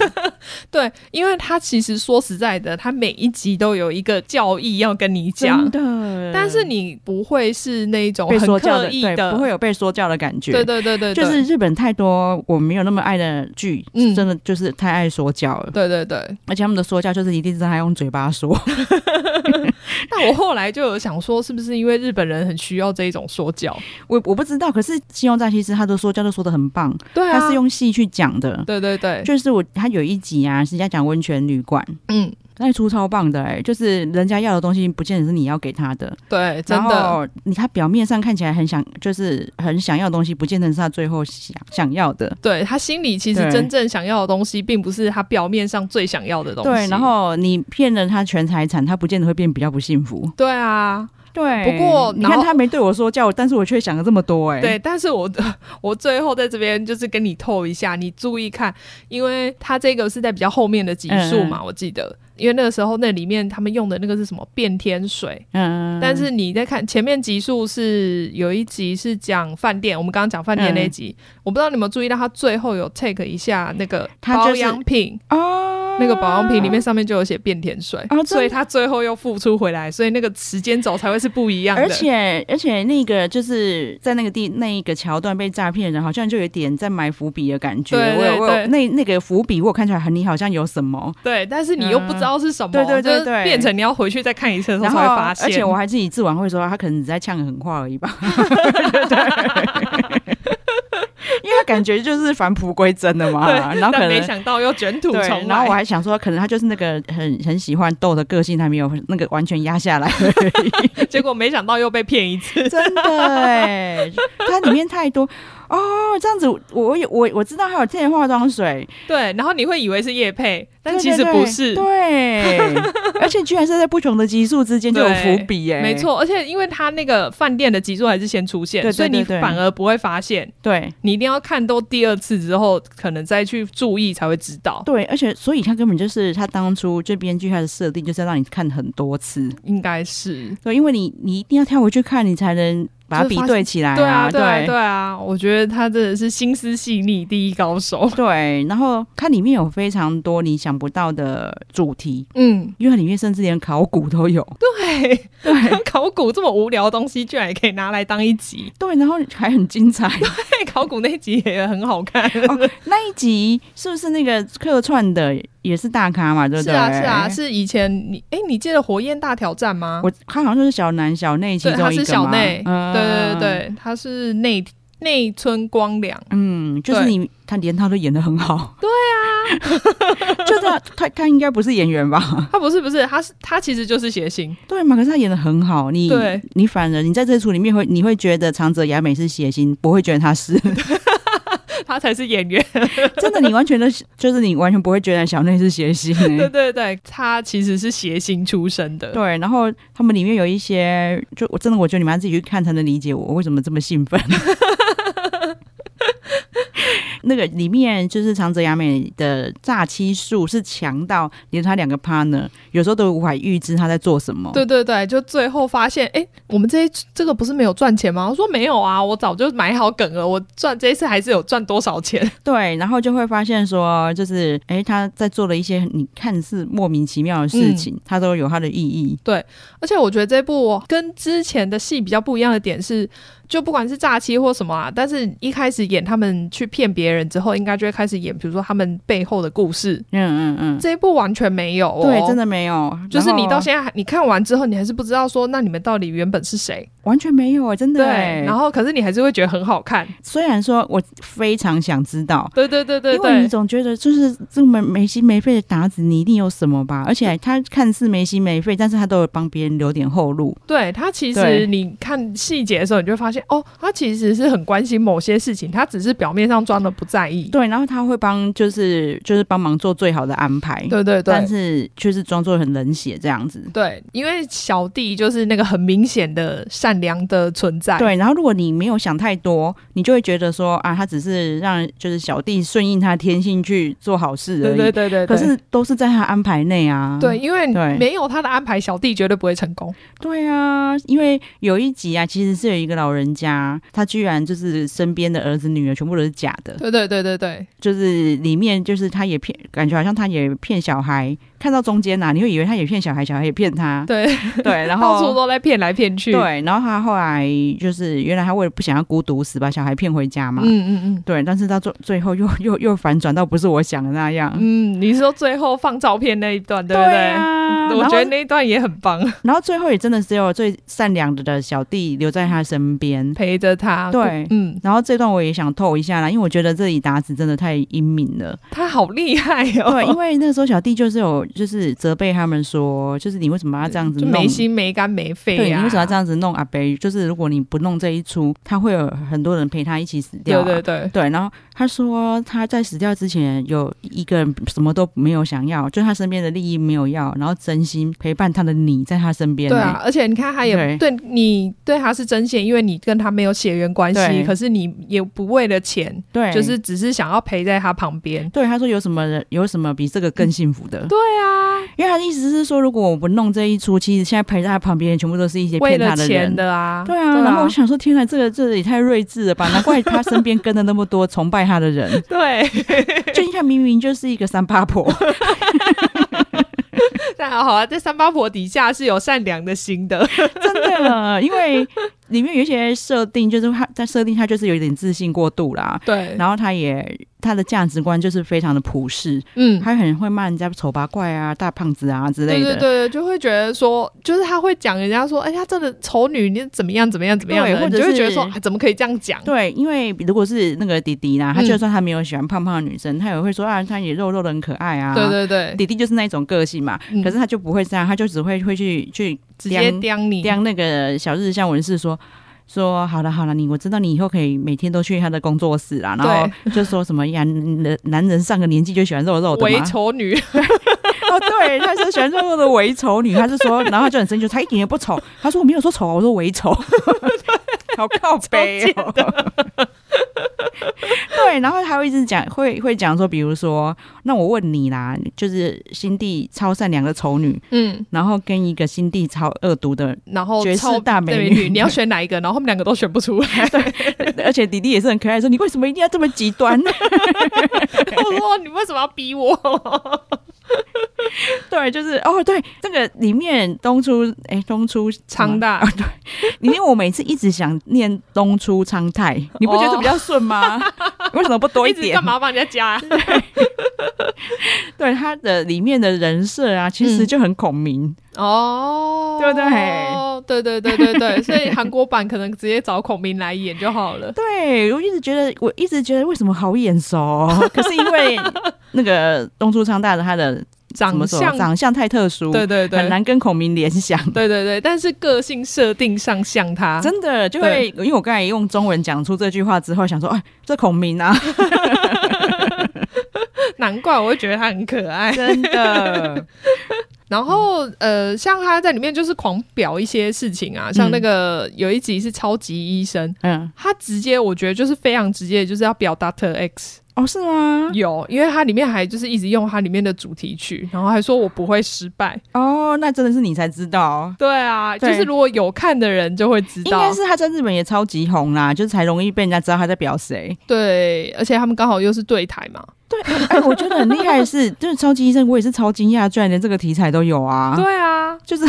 对，因为他其实说实在的，他每一集都有一个教义要跟你讲，
的
但是你不会是那种
嗯被说
很
教
刻
的，
意
对，不会有被说教的感觉。
对对对对，对
就是日本太多我没有那么爱的剧，
嗯
真的就是太爱说教了，
对对对。
而且他们的说教就是一定是他用嘴巴说， [laughs]
但我后来就有想说，是不是因为日本人很需要这一种说教？
我我不知道。可是《西游战西斯》他的说教都说的很棒，
对啊，
他是用戏去讲的。
对对对，
就是我，他有一集啊，是在讲温泉旅馆，
嗯，
那出超棒的哎、就是人家要的东西不见得是你要给他的，
对，真
然
的，
后你他表面上看起来很想，就是很想要的东西，不见得是他最后想想要的。
对他心里其实
对
真正想要的东西，并不是他表面上最想要的东西。
对，然后你骗了他全财产，他不见得会变比较不幸福。
对啊，
对
不过
你
然
看
后
他没对我说教，但是我却想了这么多、哎，
对，但是我 [laughs] 我最后在这边就是跟你透一下，你注意看，因为它这个是在比较后面的集数
嗯
嘛，我记得，因为那个时候那里面他们用的那个是什么变天水，
嗯，
但是你在看前面集数是有一集是讲饭店，我们刚刚讲饭店那一集，
嗯
我不知道你有没有注意到，他最后有 take 一下那个
嗯他就
保
是
养品。
哦，
那个保养品里面上面就有写变天水，
真的
所以他最后又复出回来，所以那个时间轴才会是不一样的。
而且而且那个就是在那个地那一个桥段被诈骗的人，好像就有点在埋伏笔的感觉。
对对
我有我
对
有那那个伏笔，我有看出来，你好像有什么。
对，但是你又不知道是什么，
嗯对对对
就是
对
变成你要回去再看一次的时
然
候
后
才会发现。
而且我还自己自晚会说，他可能只在呛狠话而
[laughs]
已吧。因为他感觉就是返璞归真的嘛，
对，
啊然后可
但没
能
想到又卷土
对，
重
然
来。
后我还想说，可能他就是那个很很喜欢斗的个性，还没有那个完全压下来而已。
结果没想到又被骗一
[laughs]
次。
真的哎，它里面太多哦。这样子，我有我我知道还有天然化妆水，
对，然后你会以为是叶配，但
对
其实
对
不是。
对，对而且居然是在不同的级数之间就有
对
伏笔哎，
没，错，而且因为他那个饭店的集数还是先出现，
对对
所以你
对对
反而不会发现，
对
你一定要看都第二次之后，可能再去注意才会知道，
对，而且所以他根本就是他当初这编剧他的设定就是要让你看很多次，
应该是。
对，因为你你一定要跳回去看，你才能把它
就是
比
发现
对起来
对啊，对啊，
哎对
对啊，我觉得他真的是心思细腻第一高手。
对，然后它里面有非常多你想不到的主题，
[laughs] 嗯，
因为它里面甚至连考古都有。
对，
对
考古这么无聊的东西，居然也可以拿来当一集。 [laughs]
对，然后还很精彩。
嘿考古那一集也很好看，
哦那一集是不是那个客串的也是大咖嘛？对不
是
对？
啊是啊，。是以前你哎、你记得《火焰大挑战》吗？
我他好像就是小南小内其
对，
中一个
他是小
嘛
内，
嗯
对对对对，他是内内村光良，
嗯，就是
对
你，他连他都演的很好。对啊， [laughs]
[laughs]
就是他他他应该不是演员吧？ [laughs]
他不是不是，他是他其实就是谐星，
对嘛？可是他演的很好，你
对
你反而你在这出里面会你会觉得长泽雅美是谐星，不会觉得他是
[laughs]
[laughs]
他才是演员。
真的，你完全的就是你完全不会觉得小内是谐星、
[laughs]
欸。
对对对，他其实是谐星出身的。
对，然后他们里面有一些，就我真的我觉得你们要自己去看才能理解我为什么这么兴奋。 [laughs] 那个里面就是长泽雅美的诈欺术是强到连她两个 partner 有时候都无法预知她在做什么。
对对对，就最后发现，哎、我们这一这个不是没有赚钱吗？我说没有啊，我早就买好梗了，我赚这一次还是有赚多少钱。 [laughs]
对然后就会发现说，就是诶，她在做了一些你看似莫名其妙的
嗯
事情，她都有她的意义。
而且我觉得这部跟之前的戏比较不一样的点是，就不管是诈欺或什么啊，但是一开始演他们去骗别人之后，应该就会开始演，比如说他们背后的故事。
嗯嗯嗯，
这一部完全没有、哦，
对，真。的没有，
就是
然后
你到现在还你看完之后，你还是不知道说，那你们到底原本是谁？
完全没有啊，真的欸。
对，然后可是你还是会觉得很好看，
虽然说我非常想知道，
对对对对
因为
对
你，总觉得就是这么没心没肺的打子，你一定有什么吧？而且他看似没心没肺，但是他都有帮别人留点后路。
对他其实
对
你看细节的时候，你就会发现哦，他其实是很关心某些事情，他只是表面上装的不在意。
对，然后他会帮，就是就是帮忙做最好的安排。
对对对
但是就是装作很冷血这样子。
对，因为小弟就是那个很明显的善良的存在。
对，然后如果你没有想太多，你就会觉得说啊，他只是让就是小弟顺应他天性去做好事
对
而已。
对对对，对
可是都是在他安排内啊。
对，因为
对
没有他的安排，小弟绝对不会成功。
对啊，因为有一集啊，其实是有一个老人家，他居然就是身边的儿子女儿全部都是假的，
对对对对对
就是里面就是他也骗，感觉好像他也骗小孩，看到中间呐、你会以为他也骗小孩，小孩也骗他，
对， [laughs]
对，然
到处
后。
都在骗来骗去。，
对，然后他后来就是原来他为了不想要孤独死，把小孩骗回家嘛。
嗯嗯嗯。
对，但是到最最后又 [laughs] 又又反转到不是我想的那样。
嗯，你是说最后放照片那一段，对不对？
啊，
我
然
觉
后
得那一段也很
[laughs]
棒，
然后最后也真的只有最善良的小弟留在他身边。
陪着他。
对
嗯，
然后这段我也想透一下啦，因为我觉得这里达子真的太英明了。
他好厉害哦。
对，因为那时候小弟就是有就是责备他们说，就是你为什么要这样子
[laughs] 就
弄？
没啊心没肝没肺
对，
呀、
你为什么要这样子弄阿北？就是如果你不弄这一出，他会有很多人陪他一起死掉、啊。
对对对，
对，然后他说他在死掉之前有一个人什么都没有想要，就他身边的利益没有要，然后真心陪伴他的你在他身边、欸
对啊，，而且你看，他也对你对他是真心，因为你跟他没有血缘关系，
对
可是你也不为了钱，
对，
就是只是想要陪在他旁边。
对他说有什么人有什么比这个更幸福的？
对啊，
因为他的意思是说，如果我不弄这一出，其实现在陪在他旁边的全部都是一些
为
骗
了
他
钱
人。
的啊，
对啊，然后我想说，天哪，这个这也太睿智了吧！难怪他身边跟了那么多崇拜他
[laughs]
的人，
对，
[laughs] 就你看，明明就是一个三八
[laughs]
婆，
但好啊，在三八婆底下是有善良的心的，
真的，啊因为里面有一些设定，就是他在设定他就是有点自信过度啦，
对，
然后他也他的价值观就是非常的普世，
嗯。
他很会骂人家丑八怪啊、大胖子啊之类
对对
的，
对，就会觉得说，就是他会讲人家说，哎，她真的丑女，你怎么样怎么样怎么样的，
对或者
你就会觉得
是
说、啊，怎么可以这样讲？
对，因为如果是那个弟弟啦，他
嗯
就算他没有喜欢胖胖的女生，他也会说啊，他也肉肉的很可爱啊。
对对对，
弟弟就是那一种个性嘛，
嗯
可是他就不会这样，他就只会会去去
直接
刁
刁你，
刁那个小日向文士说。说好了好了，你我知道你以后可以每天都去他的工作室啦，然后就说什么呀，男男人上个年纪就喜欢肉肉的
为
嘛，
丑女， [laughs]
[laughs] 哦对，他说喜欢肉肉的伪丑女，他就说，然后他就很生气，他一点也不丑，他说我没有说丑啊，我说伪丑， [laughs] 好靠背哦。 [laughs] 对，然后他会一直讲，会会讲说，比如说，那我问你啦，就是心地超善良的丑女，
嗯，
然后跟一个心地超恶毒的， [laughs]
然后
绝世
超
大美
对
女
你要选哪一个？然后他们两个都选不
[laughs]
出来。
而且弟弟也是很可爱，说你为什么一定要这么极端？ [laughs]
我说你为什么要逼我？
对，就是哦，对，这个里面东出哎东出
长
大，
大，
因为我每次一直想念东出昌
[laughs]
太，你不觉得这比较顺吗？ [laughs] 为什么不多
哦一
一
直
点
干？嘛帮人家加啊？
[laughs] 对他的里面的人设啊，其实就很孔明。
嗯哦，
对不对
对对对对
[laughs]
对，所以韩国版可能直接找孔明来演就好了。
对我一直觉得，我一直觉得为什么好眼熟、
[laughs]
可是因为那个东出昌大的他的怎
长
么说
相，
长相太特殊，
对对
很
对，
难跟孔明
[laughs]
联想。
对对对，但是个性设定上像他，
真的就会，因为我刚才用中文讲出这句话之后，想说，哎，这孔明啊，
难怪我会觉得他很可爱。 [laughs]
真的，
然后呃，像他在里面就是狂表一些事情啊，像那个有一集是超级医生。
[laughs] 嗯，
他直接，我觉得就是非常直接，就是要表达 Doctor X
哦，是吗？
有，因为它里面还就是一直用它里面的主题曲，然后还说我不会失败。
哦，那真的是你才知道。
对啊，
对
就是如果有看的人就会知
应该
道。
是他在日本也超级红啦，就是才容易被人家知道他在表谁。
对，而且他们刚好又是对台嘛。
[laughs] 哎、我觉得很厉害的是， [laughs] 就是超级医生，我也是超惊讶，居然连这个题材都有 [laughs] 啊！
对啊，
就是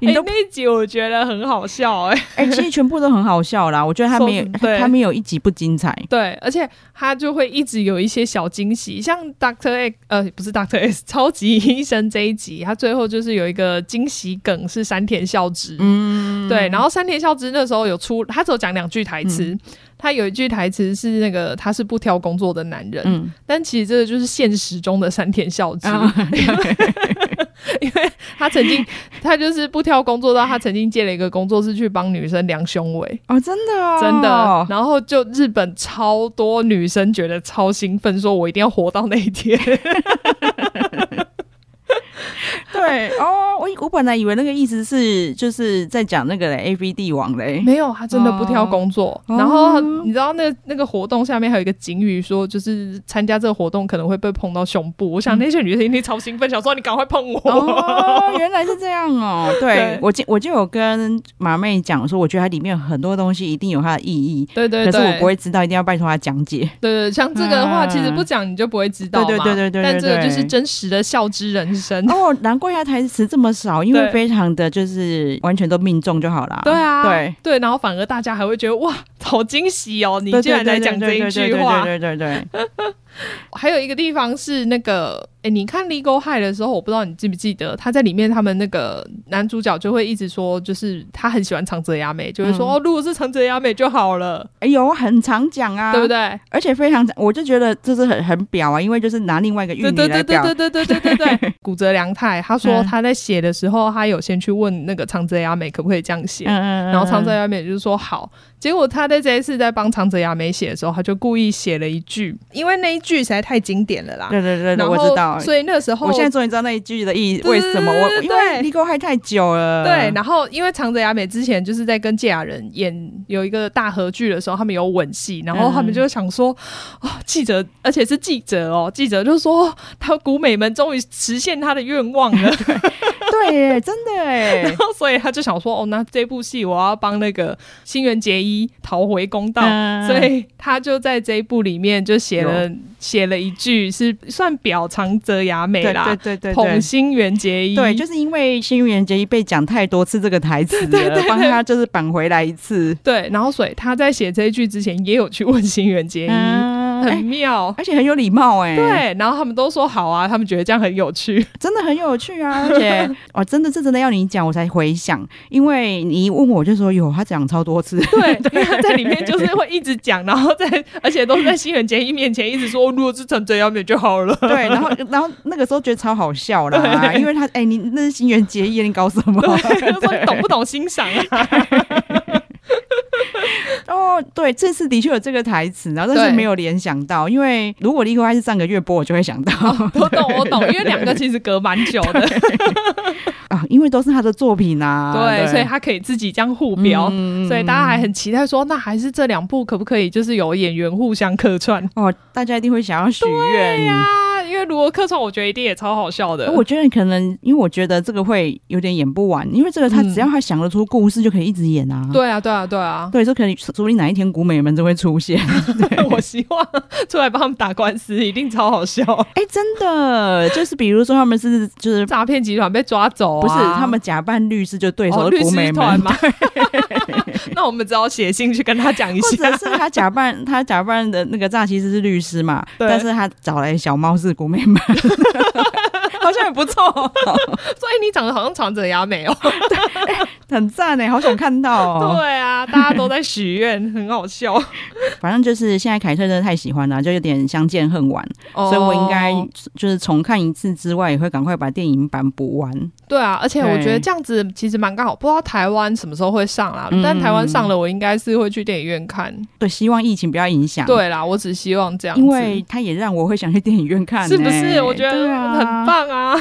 你
哎
都
那一集我觉得很好笑哎、
哎、其实全部都很好笑啦。我觉得他 [laughs] 没有
说真的
他他没有一集不精彩。
对，而且他就会一直有一些小惊喜，像 Doctor X 呃不是 Doctor X [laughs] 超级医生这一集，他最后就是有一个惊喜梗是山田孝之，
嗯，嗯
对，然后山田孝之那时候有出，他只有讲两句台词，
嗯
他有一句台词是那个他是不挑工作的男人，
嗯，
但其实这个就是现实中的山田孝之， [laughs]
啊
因为他曾经他就是不挑工作到他曾经接了一个工作是去帮女生量胸围，
哦，真的哦，
真的，然后就日本超多女生觉得超兴奋，说我一定要活到那一天，
[laughs] 对哦，我我本来以为那个意思是就是在讲那个嘞 A V 帝王 [laughs] 嘞，
没有，他真的不挑工作。
哦
然后你知道那那个活动下面还有一个警语说，就是参加这个活动可能会被碰到胸部。我想那些女生一定超兴奋，想说你赶快碰我。
哦，原来是这样哦。对
对
我就我就有跟马妹讲说，我觉得它里面有很多东西一定有它的意义，
对对
可
对，
是我不会知道，一定要拜托她讲
[laughs]
解。
对对，像这个的话，
嗯
其实不讲你就不会知道嘛。
对对对对对
但这
对
个
对
就是真实的笑之人生。
哦，难怪他台词这么少，因为
对
非常的就是完全都命中就好啦。
对啊，
对。
对，然后反而大家还会觉得哇，好惊喜哦！你
对
竟然来讲这一句话，
对对对对对对对
还有一个地方是那个，哎，你看《Legal High》的时候，我不知道你记不记得，他在里面他们那个男主角就会一直说，就是他很喜欢长泽雅美，就会说、
嗯
哦，如果是长泽雅美就好了，
哎呦，很常讲啊，
对不？对？
而且非常，我就觉得这是很很表啊，因为就是拿另外一个玉
对
女
对
来
对
表，
对对对对对对对。古泽良太他说
嗯
他在写的时候，他有先去问那个长泽雅美可不可以这样写，
嗯嗯，
然后长泽
在
雅美就是说好，结果他在这一次在帮长泽雅美写的时候，他就故意写了一句，因为那一句实在太经典了啦。
对对对对，
然后
我知道，
所以那时候
我现在终于知道那一句的意义，
对
为什么我
对对
因
对
为立沟害太久了，
对，然后因为长泽雅美之前就是在跟芥雅人演有一个大合剧的时候，他们有吻戏，然后他们就想说，
嗯
哦，记者，而且是记者哦，记者就说，哦他古美们终于实现他的愿望
[laughs]
了，
对耶，真的哎
[laughs] 然，后所以他就想说，哦，那这部戏我要帮那个新垣结衣讨回公道，
嗯
所以他就在这一部里面就写了写了一句是算表长泽雅美
对
啦，
对对对
捧
对。
新垣结衣，
对，就是因为新垣结衣被讲太多次这个台
[laughs]
词了，帮他就是扳回来一次。
对，然后所以他在写这一句之前也有去问新垣结衣，
嗯，
很
哎
妙。
而且很有礼貌哎，，
对，然后他们都说好啊，他们觉得这样很有趣。
真的很有趣
[laughs]
啊！而且，哦，真的，这真的要你讲我才回想，因为你一问我就说有，他讲超多
[laughs]
次，
对，因为他在里面就是会一直讲，然后在而且都是在新垣结衣面前一直说，哦如果是成这样面就好
[laughs]
了。
对，然后然后那个时候觉得超好笑啦，因为他哎、你那是新垣结衣，你搞什么？
对，就说你懂不懂欣赏啊？
[laughs] 哦，对，这次的确有这个台词，然后但是
对
没有联想到，因为如果立刻还是上个月播，我就会想到、
我懂，我懂，因为两个其实隔蛮久的，
[laughs] 啊，因为都是他的作品 [laughs] 啊，
对，所以他可以自己这样互标。
嗯
所以大家还很期待说，那还是这两部可不可以就是有演员互相客串？
哦，大家一定会想要许愿
对呀、因为如果客串，我觉得一定也超好笑的。
我觉得可能，因为我觉得这个会有点演不完，因为这个他
嗯
只要他想得出故事，就可以一直演啊。
对啊，对啊，对 [laughs] 啊，
对，这可能说不定哪一天古美们就会出
[laughs]
现。
我希望出来帮他们打官司，一定超好笑。
哎，真的，就是比如说他们是就是
诈骗集团被抓走、啊，
不是他们假扮律师就对
哦
手的
律
古美
师
们，
团嘛？ [laughs] 那我们只好写信去跟他讲一
或
下
者。是他假扮 [laughs] 他假扮的那个诈欺师是律师嘛，
对
但是他找来小猫是古美们，好像也不错哦，
[laughs] 所以你长得好像长者雅美哦。
[laughs] 很赞哎，好想看到哦。
[laughs] 对啊，大家都在许愿，很好 [laughs] 笑。
反正就是现在凯特真的太喜欢了，就有点相见恨晚，
哦
所以我应该就是重看一次之外，也会赶快把电影版补完。
对啊，而且
对
我觉得这样子其实蛮刚好，不知道台湾什么时候会上啦。
嗯
但台湾上了，我应该是会去电影院看。
对，希望疫情不要影响。。
对啦，我只希望这样子，
因为它也让我会想去电影院看、
是不是？
欸
我觉
对
得
啊
很棒啊。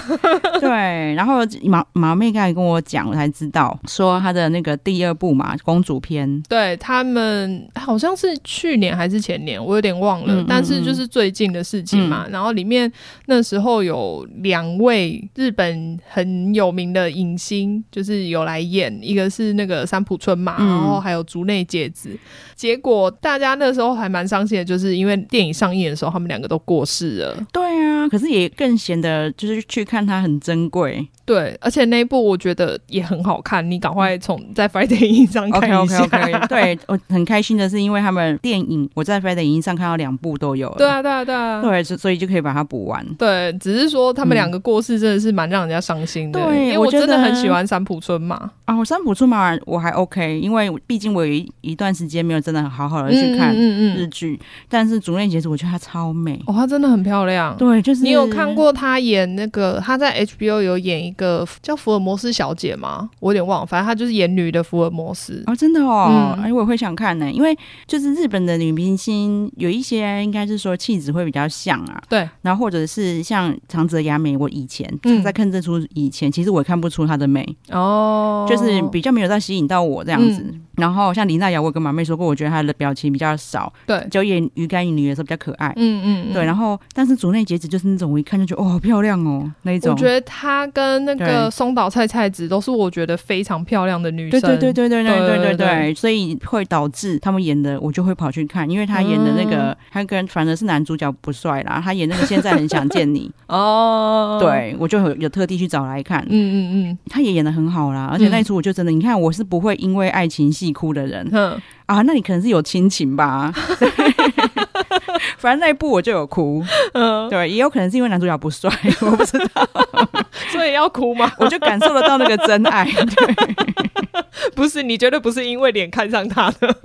对，然后马马妹刚才跟我讲，我才知道说她的那个第二部嘛，公主篇，
对他们好像是去年还是前年，我有点忘了，
嗯嗯
但是就是最近的事情嘛。然后里面那时候有两位日本很有名的影星，就是有来演，一个是那个三浦春马，
嗯
然后还有竹内结子。结果大家那时候还蛮伤心的，就是因为电影上映的时候，他们两个都过世了。
对啊，可是也更显得就是去看它很珍贵。
[laughs] 对，而且那一部我觉得也很好看，你赶快从在 Friday 影上看
OK
一
OK
下。
OK，对 [laughs] 我很开心的是，因为他们电影我在 Friday 影音上看到两部都有
[laughs]
了，
对啊，对啊，对啊，
对，所所以就可以把它补完。
对，只是说他们两个过世真的是蛮让人家伤心的，欸
对
因为
我
嗯我
觉
真的
得
很喜欢三浦春马，
啊，我三浦春马我还 OK，因为毕竟我有一一段时间没有真的好好的去看
嗯
日剧，但是竹内结子我觉得她超美，
哦，她真的很漂亮。
对，就是
你有看？过她演那个？她在 HBO 有演一个叫福尔摩斯小姐吗？我有点忘了，反正她就是演女的福尔摩斯。
哦，真的哦，
嗯
哎、我会想看呢、因为就是日本的女明星有一些应该是说气质会比较像啊，
对，
然后或者是像长泽雅美，我以前、
嗯
在看这出以前，其实我也看不出她的美，
哦，嗯
就是比较没有到吸引到我这样子。然后像林娜瑶，我有跟马妹说过，我觉得她的表情比较少，
对，
就演鱼干女的时候比较可爱。
嗯嗯，嗯
对，。然后但是竹内结子就是那种我一看就觉得哦好漂亮哦那一种，
我觉得她跟那个
对
松岛菜菜子都是我觉得非常漂亮的女
对
生。
对对对对对
对
对
对对
对对，所以会导致他们演的我就会跑去看，因为他演的那个、他跟反正是男主角不帅啦，他演那个现在很想见你，
哦，，
对我就有有特地去找来看，
嗯嗯
他也演的很好啦，而且那一出我就真的，你看我是不会因为爱情戏哭的人
嗯，哼，
啊，那你可能是有亲情吧。反正那一部我就有哭，
嗯，
对，也有可能是因为男主角不帅，我不知道，
所以要哭吗？
我就感受得到那个真爱。对，
不是，你绝对不是因为脸看上他的，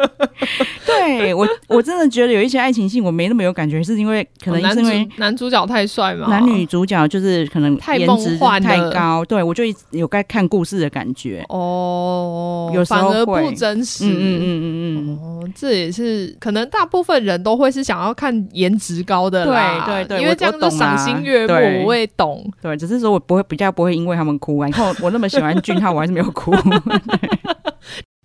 对我我真的觉得有一些爱情戏我没那么有感觉，是因为可能
哦男
是因为
主男主角太帅嘛，
男女主角就是可能
太
颜
梦
值
幻
太
了
高，对我就一直有该看故事的感觉。
哦，
有时
反
候
而不
会
真实。
嗯嗯嗯嗯嗯，
哦，这也是可能大部分人都会是想要看颜值高的啦，
对对对
因为
我
这样
我
就
懂
赏
啦
心悦目，
对
我也懂。
对，只是说我不会比较不会因为他们哭啊，你看我我那么喜欢俊浩，我还是没有哭。 [laughs]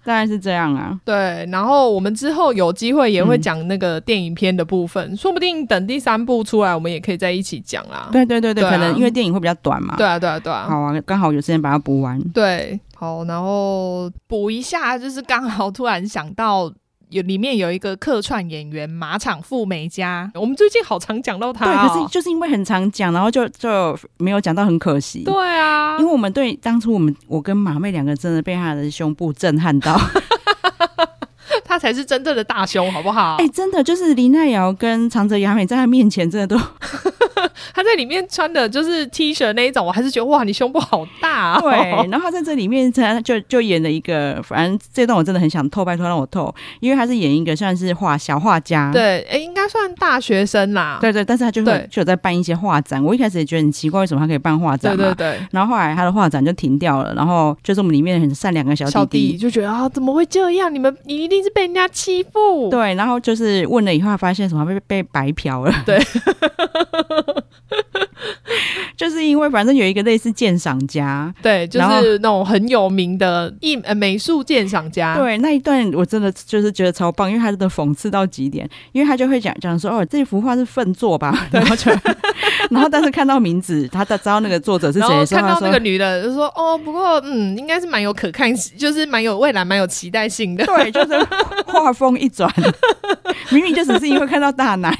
当然是这样啊，
对，然后我们之后有机会也会
嗯
讲那个电影片的部分，说不定等第三部出来，我们也可以在一起讲啦。
对对对对，
对啊
可能因为电影会比较短嘛。
对，啊，对啊，对啊。
好啊，刚好有时间把它补完。
对，好，然后补一下，就是刚好突然想到。有里面有一个客串演员马场富美佳，我们最近好常讲到他、
对，可
哦
是。就是因为很常讲，然后就就没有讲到，很可惜。
对啊，
因为我们对当初我们我跟马妹两个真的被她的胸部震撼到，
他才是真正的大胸，好不好？
[laughs] 哎、真的就是林奈瑶跟长泽雅美在她面前真的都
他在里面穿的就是 T 恤那一种，我还是觉得哇，你胸部好大、哦。
对，然后她在这里面她就就演了一个，反正这段我真的很想透，拜托让我透，因为她是演一个算是画小画家，
对，哎、应该算大学生啦。
对对，但是她就
对
会就有在办一些画展，我一开始也觉得很奇怪，为什么她可以办画展
对
嘛？
对对，
然后后来她的画展就停掉了，然后就是我们里面很善良的小弟
小弟就觉得啊，怎么会这样？你们你一定是被人家欺负。
对，然后就是问了以后，发现什么被被白嫖了。
对，
[laughs] 就是因为反正有一个类似鉴赏家。
对，就
然后
是那种很有名的艺呃美术鉴赏家。
对那一段我真的就是觉得超棒，因为他真的讽刺到极点，因为他就会讲讲说哦，这幅画是粪
[laughs]
作吧，然后就，然后但是看到名字，他他知道那个作者是
然
谁
后
的时候，
看到
他
那
说
个女的就说：“哦，不过嗯，应该是蛮有可看性，就是蛮有未来，蛮有期待性的。
对，就是画风一转， [laughs] 明明就只是因为看到大奶，”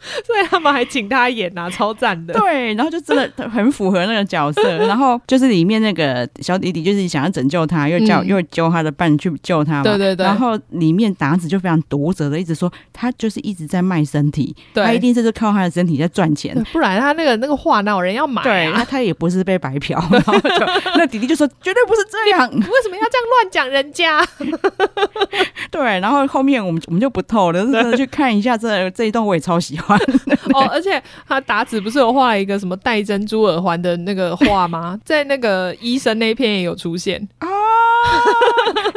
[laughs] 所以他们还请她演 [laughs] 啊，超赞的。
对，然后就真的很符合那个角
[laughs]
色。然后就是里面那个小弟弟，就是想要拯救他，又叫、
嗯
又揪他的伴去救他嘛。
对对对
然后里面达子就非常毒舌的一直说，他就是一直在卖身体，他一
对，
定是靠他的身体在赚钱
对。不然他那个那个画哪有人要买
对，
啊
他？他也不是被白嫖， [laughs] 然后就那弟弟就说绝对不是这
[laughs] [laughs]
样，
为什么要这样乱讲人 [laughs] 家？
对，然后后面我们我们就不透了，真的去看一下这这一段我也超喜
[laughs]
欢，
哦，而且他达子不是有画了一个什么戴珍珠耳环的那个画 [laughs] 吗？在那个医生那片也有出现。
啊，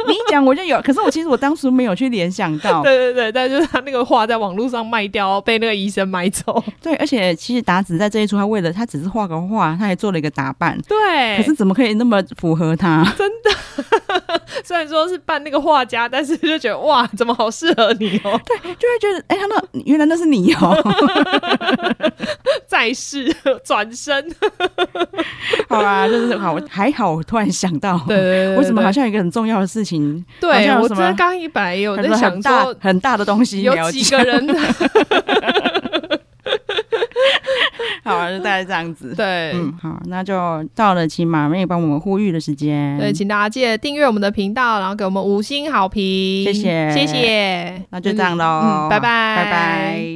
你一讲我就有，可是我其实我当时没有去联想到，
对对对，但就是他那个画在网络上卖掉，被那个医生买走。
对，而且其实达子在这一出，他为了他只是画个画，他还做了一个打扮，
对，
可是怎么可以那么符合他？
[laughs] 虽然说是扮那个画家，但是就觉得哇，怎么好适合你哦，
就会觉得，哎、他那原来那是你
[laughs]
哦。
再世转身，
好啦，就是好，还好我突然想到，
[laughs] 对对对对
为什么好像有一个很重要的事情，好
对
像
我
有
真
什
的
么
刚一本来也有在
很
想
很大
说，
[laughs] 很大的东西
有
了
几
解。
个人
好，就大概这样子。
对。
嗯，好，那就到了请马妹帮我们呼吁的时间。
对，，请大家记得订阅我们的频道，然后给我们五星好评，
谢谢
谢谢，
那就这样喽
嗯，拜拜，
拜拜。